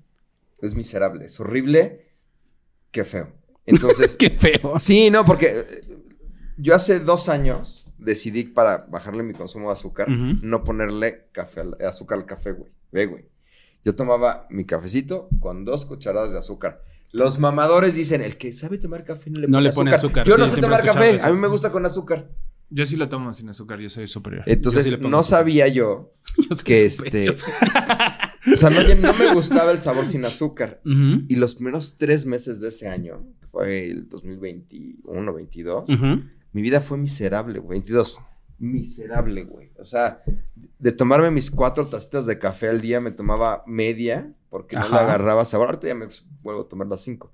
es miserable, es horrible, qué feo. Entonces, [LAUGHS] Qué feo. sí, no, porque eh, yo hace dos años decidí para bajarle mi consumo de azúcar, Ujú. no ponerle café al- azúcar al café, güey. Ve, güey. Yo tomaba mi cafecito con dos cucharadas de azúcar. Los mamadores dicen, el que sabe tomar café no le, No le pone azúcar, Yo sí, no sé siempre tomar he escuchado café, eso. a mí me gusta con azúcar. Yo sí lo tomo sin azúcar, yo soy superior. Entonces, sí le pongo no azúcar. sabía yo Yo [LAUGHS] soy que súper- este... [LAUGHS] o sea, más bien no me gustaba el sabor sin azúcar. Ujú, Y los primeros tres meses de ese año, que fue el 2021, 22, ujú. mi vida fue miserable, güey. 22. Miserable, güey. O sea, de tomarme mis cuatro tacitas de café al día, me tomaba media porque no Ajá. la agarraba sabor. Ahorita ya me pues, vuelvo a tomar las cinco.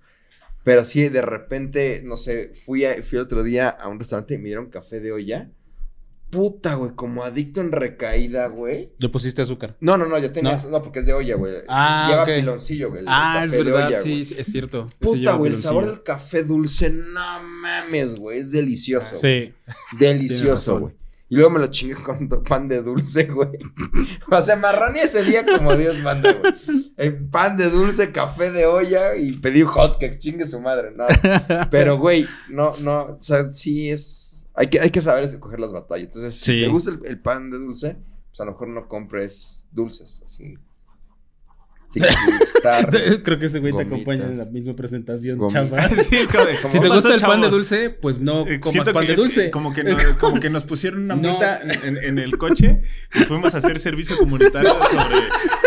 Pero sí, de repente, no sé, fui, a- fui el otro día a un restaurante y me dieron café de olla. Puta, güey, como adicto en recaída, güey. Le pusiste azúcar. No, no, no, yo tenía. No. No, porque es de olla, güey. Ah, Lleva ok. piloncillo, güey. el Ah, café es de verdad, olla, sí, güey. sí, es cierto. Ese Puta, lleva güey, el piloncillo. sabor del café dulce, no mames, güey, es delicioso. güey. Sí. Tienes Delicioso, razón. güey. Y luego me lo chingué [LAUGHS] con do- pan de dulce, güey. [LAUGHS] O sea, marrón ese día como Dios manda, güey. Eh, Pan de dulce, café de olla y pedí hot que chingue su madre, [LAUGHS] no. Pero, güey, no, no, o sea, sí es... Hay que, hay que saber escoger las batallas. Entonces, Sí. si te gusta el, el pan de dulce, pues a lo mejor no compres dulces, así. Tiki [LAUGHS] Star. Creo que ese güey te Gomitas. acompaña en la misma presentación, [LAUGHS] Gomitas. chafa. Sí, como [LAUGHS] de- Si te ¿Cómo gusta pasó, el pan de chavos? dulce, pues no Eh, comas siento pan que de es que dulce. [LAUGHS] como, que no- como que nos pusieron una No. [LAUGHS] multa en, en el coche y fuimos a hacer servicio comunitario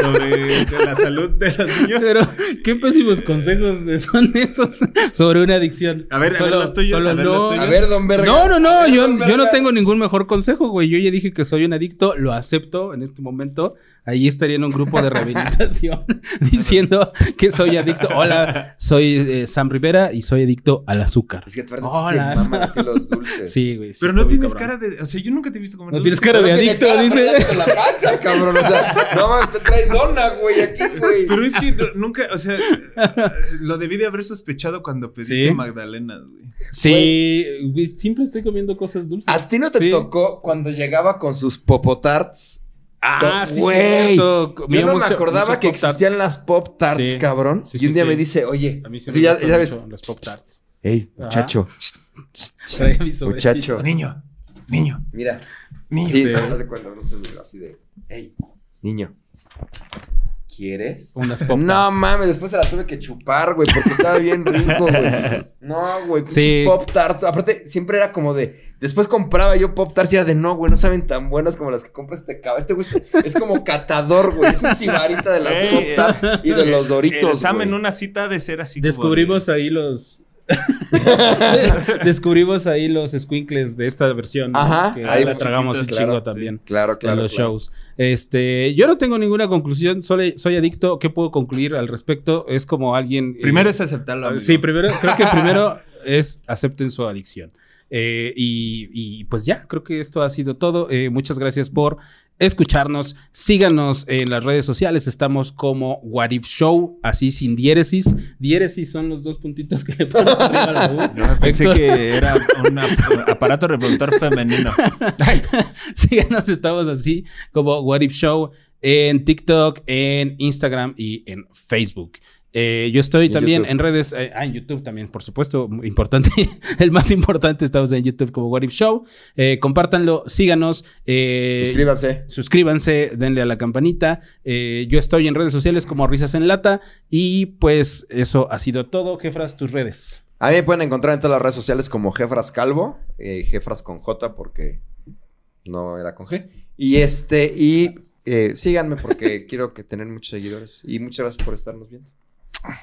sobre, sobre la salud de los niños. Pero qué pésimos consejos son esos sobre una adicción. A ver, a ver los tuyos, a ver los tuyos. A ver, don Vergas. No, no, no, A ver, yo, don yo no Vergas. tengo ningún mejor consejo, güey. Yo ya dije que soy un adicto, lo acepto en este momento. Ahí estaría en un grupo de rehabilitación [LAUGHS] diciendo que soy adicto. Hola, soy eh, Sam Rivera y soy adicto al azúcar. Es que te Hola. maman a ti [LAUGHS] los dulces. Sí, güey. sí Pero está no muy tienes cabrón. cara de. O sea, yo nunca te he visto comer No dulce. tienes cara de Pero tiene adicto, cara, dice. frena con la panza, [LAUGHS] cabrón. O sea, no mames, te traes dona, güey, aquí, güey. Pero es que no- nunca, o [LAUGHS] sea, lo debí de haber sospechado cuando pediste Sí. magdalenas, güey. Sí, güey, siempre estoy comiendo cosas dulces. ¿A ti no te Sí. tocó cuando llegaba con sus popotarts? Ah, sí, Güey. cierto. Comía Yo no me mucho- acordaba muchos que Pop-Tarts. existían las pop tarts, Sí. cabrón. Sí, y sí, un día sí. me dice, oye, A mí sí sí, me ya, gustan ya ves, mucho los [LAUGHS] Pop-Tarts. hey, Ajá. muchacho, Traía mi sobrecito. muchacho, Niño, niño, mira, niño. sí, haz de cuenta, no sé, así de, hey, niño, ¿quieres? Unas Pop-Tarts. No mames, después se la tuve que chupar, güey, porque estaba bien rico, [LAUGHS] güey. No, güey, Sí. pinches Pop Tarts. Aparte, siempre era como de. Después compraba yo Pop Tarts y era de no, güey, no saben tan buenas como las que compra este cabrón. Este güey es, es como catador, güey. Es un sibarita de las Pop Ey, Tarts y de los El Doritos. examen, güey. una cita de ser así. como Descubrimos ahí [LAUGHS] los. Descubrimos ahí los squinkles de esta versión. ¿no? Ajá, Que ahí la los tragamos el chiquitos, chingo claro, también. Claro, En claro. los claro. shows. Este, yo no tengo ninguna conclusión, solo soy adicto. ¿Qué puedo concluir al respecto? Es como alguien. eh, de- Primero es aceptarlo. Ah, amigo. Sí, primero, creo que primero es acepten su adicción. Eh, y, y, pues ya, creo que esto ha sido todo. Eh, muchas gracias por escucharnos. Síganos en las redes sociales. Estamos como What If Show, así sin diéresis. Diéresis son los dos puntitos que le pones arriba a la U. No, pensé Héctor. que era un [LAUGHS] ap- aparato reproductor femenino. [LAUGHS] Síganos, estamos así como What If Show en TikTok, en Instagram y en Facebook. Eh, yo estoy En también YouTube. en redes, eh, ah, en YouTube también, por supuesto, muy importante, [LAUGHS] el más importante, estamos en YouTube como What If Show. Eh, compártanlo, síganos, eh, Suscríbanse. suscríbanse, denle a la campanita. Eh, yo estoy en redes sociales como Risas en Lata y pues eso ha sido todo. Jefras, tus redes. A mí me pueden encontrar en todas las redes sociales como Jefras Calvo, eh, Jefras con J porque no era con G. Y este, y eh, síganme porque quiero que tener muchos seguidores. Y muchas gracias por estarnos viendo.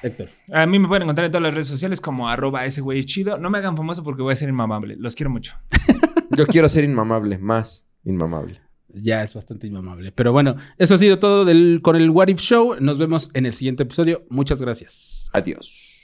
Héctor. A mí me pueden encontrar en todas las redes sociales como arroba ese güey chido. No me hagan famoso porque voy a ser inmamable. Los quiero mucho. Yo quiero ser inmamable, más inmamable. Ya es bastante inmamable. Pero bueno, eso ha sido todo del- con el What If Show. Nos vemos en el siguiente episodio. Muchas gracias. Adiós.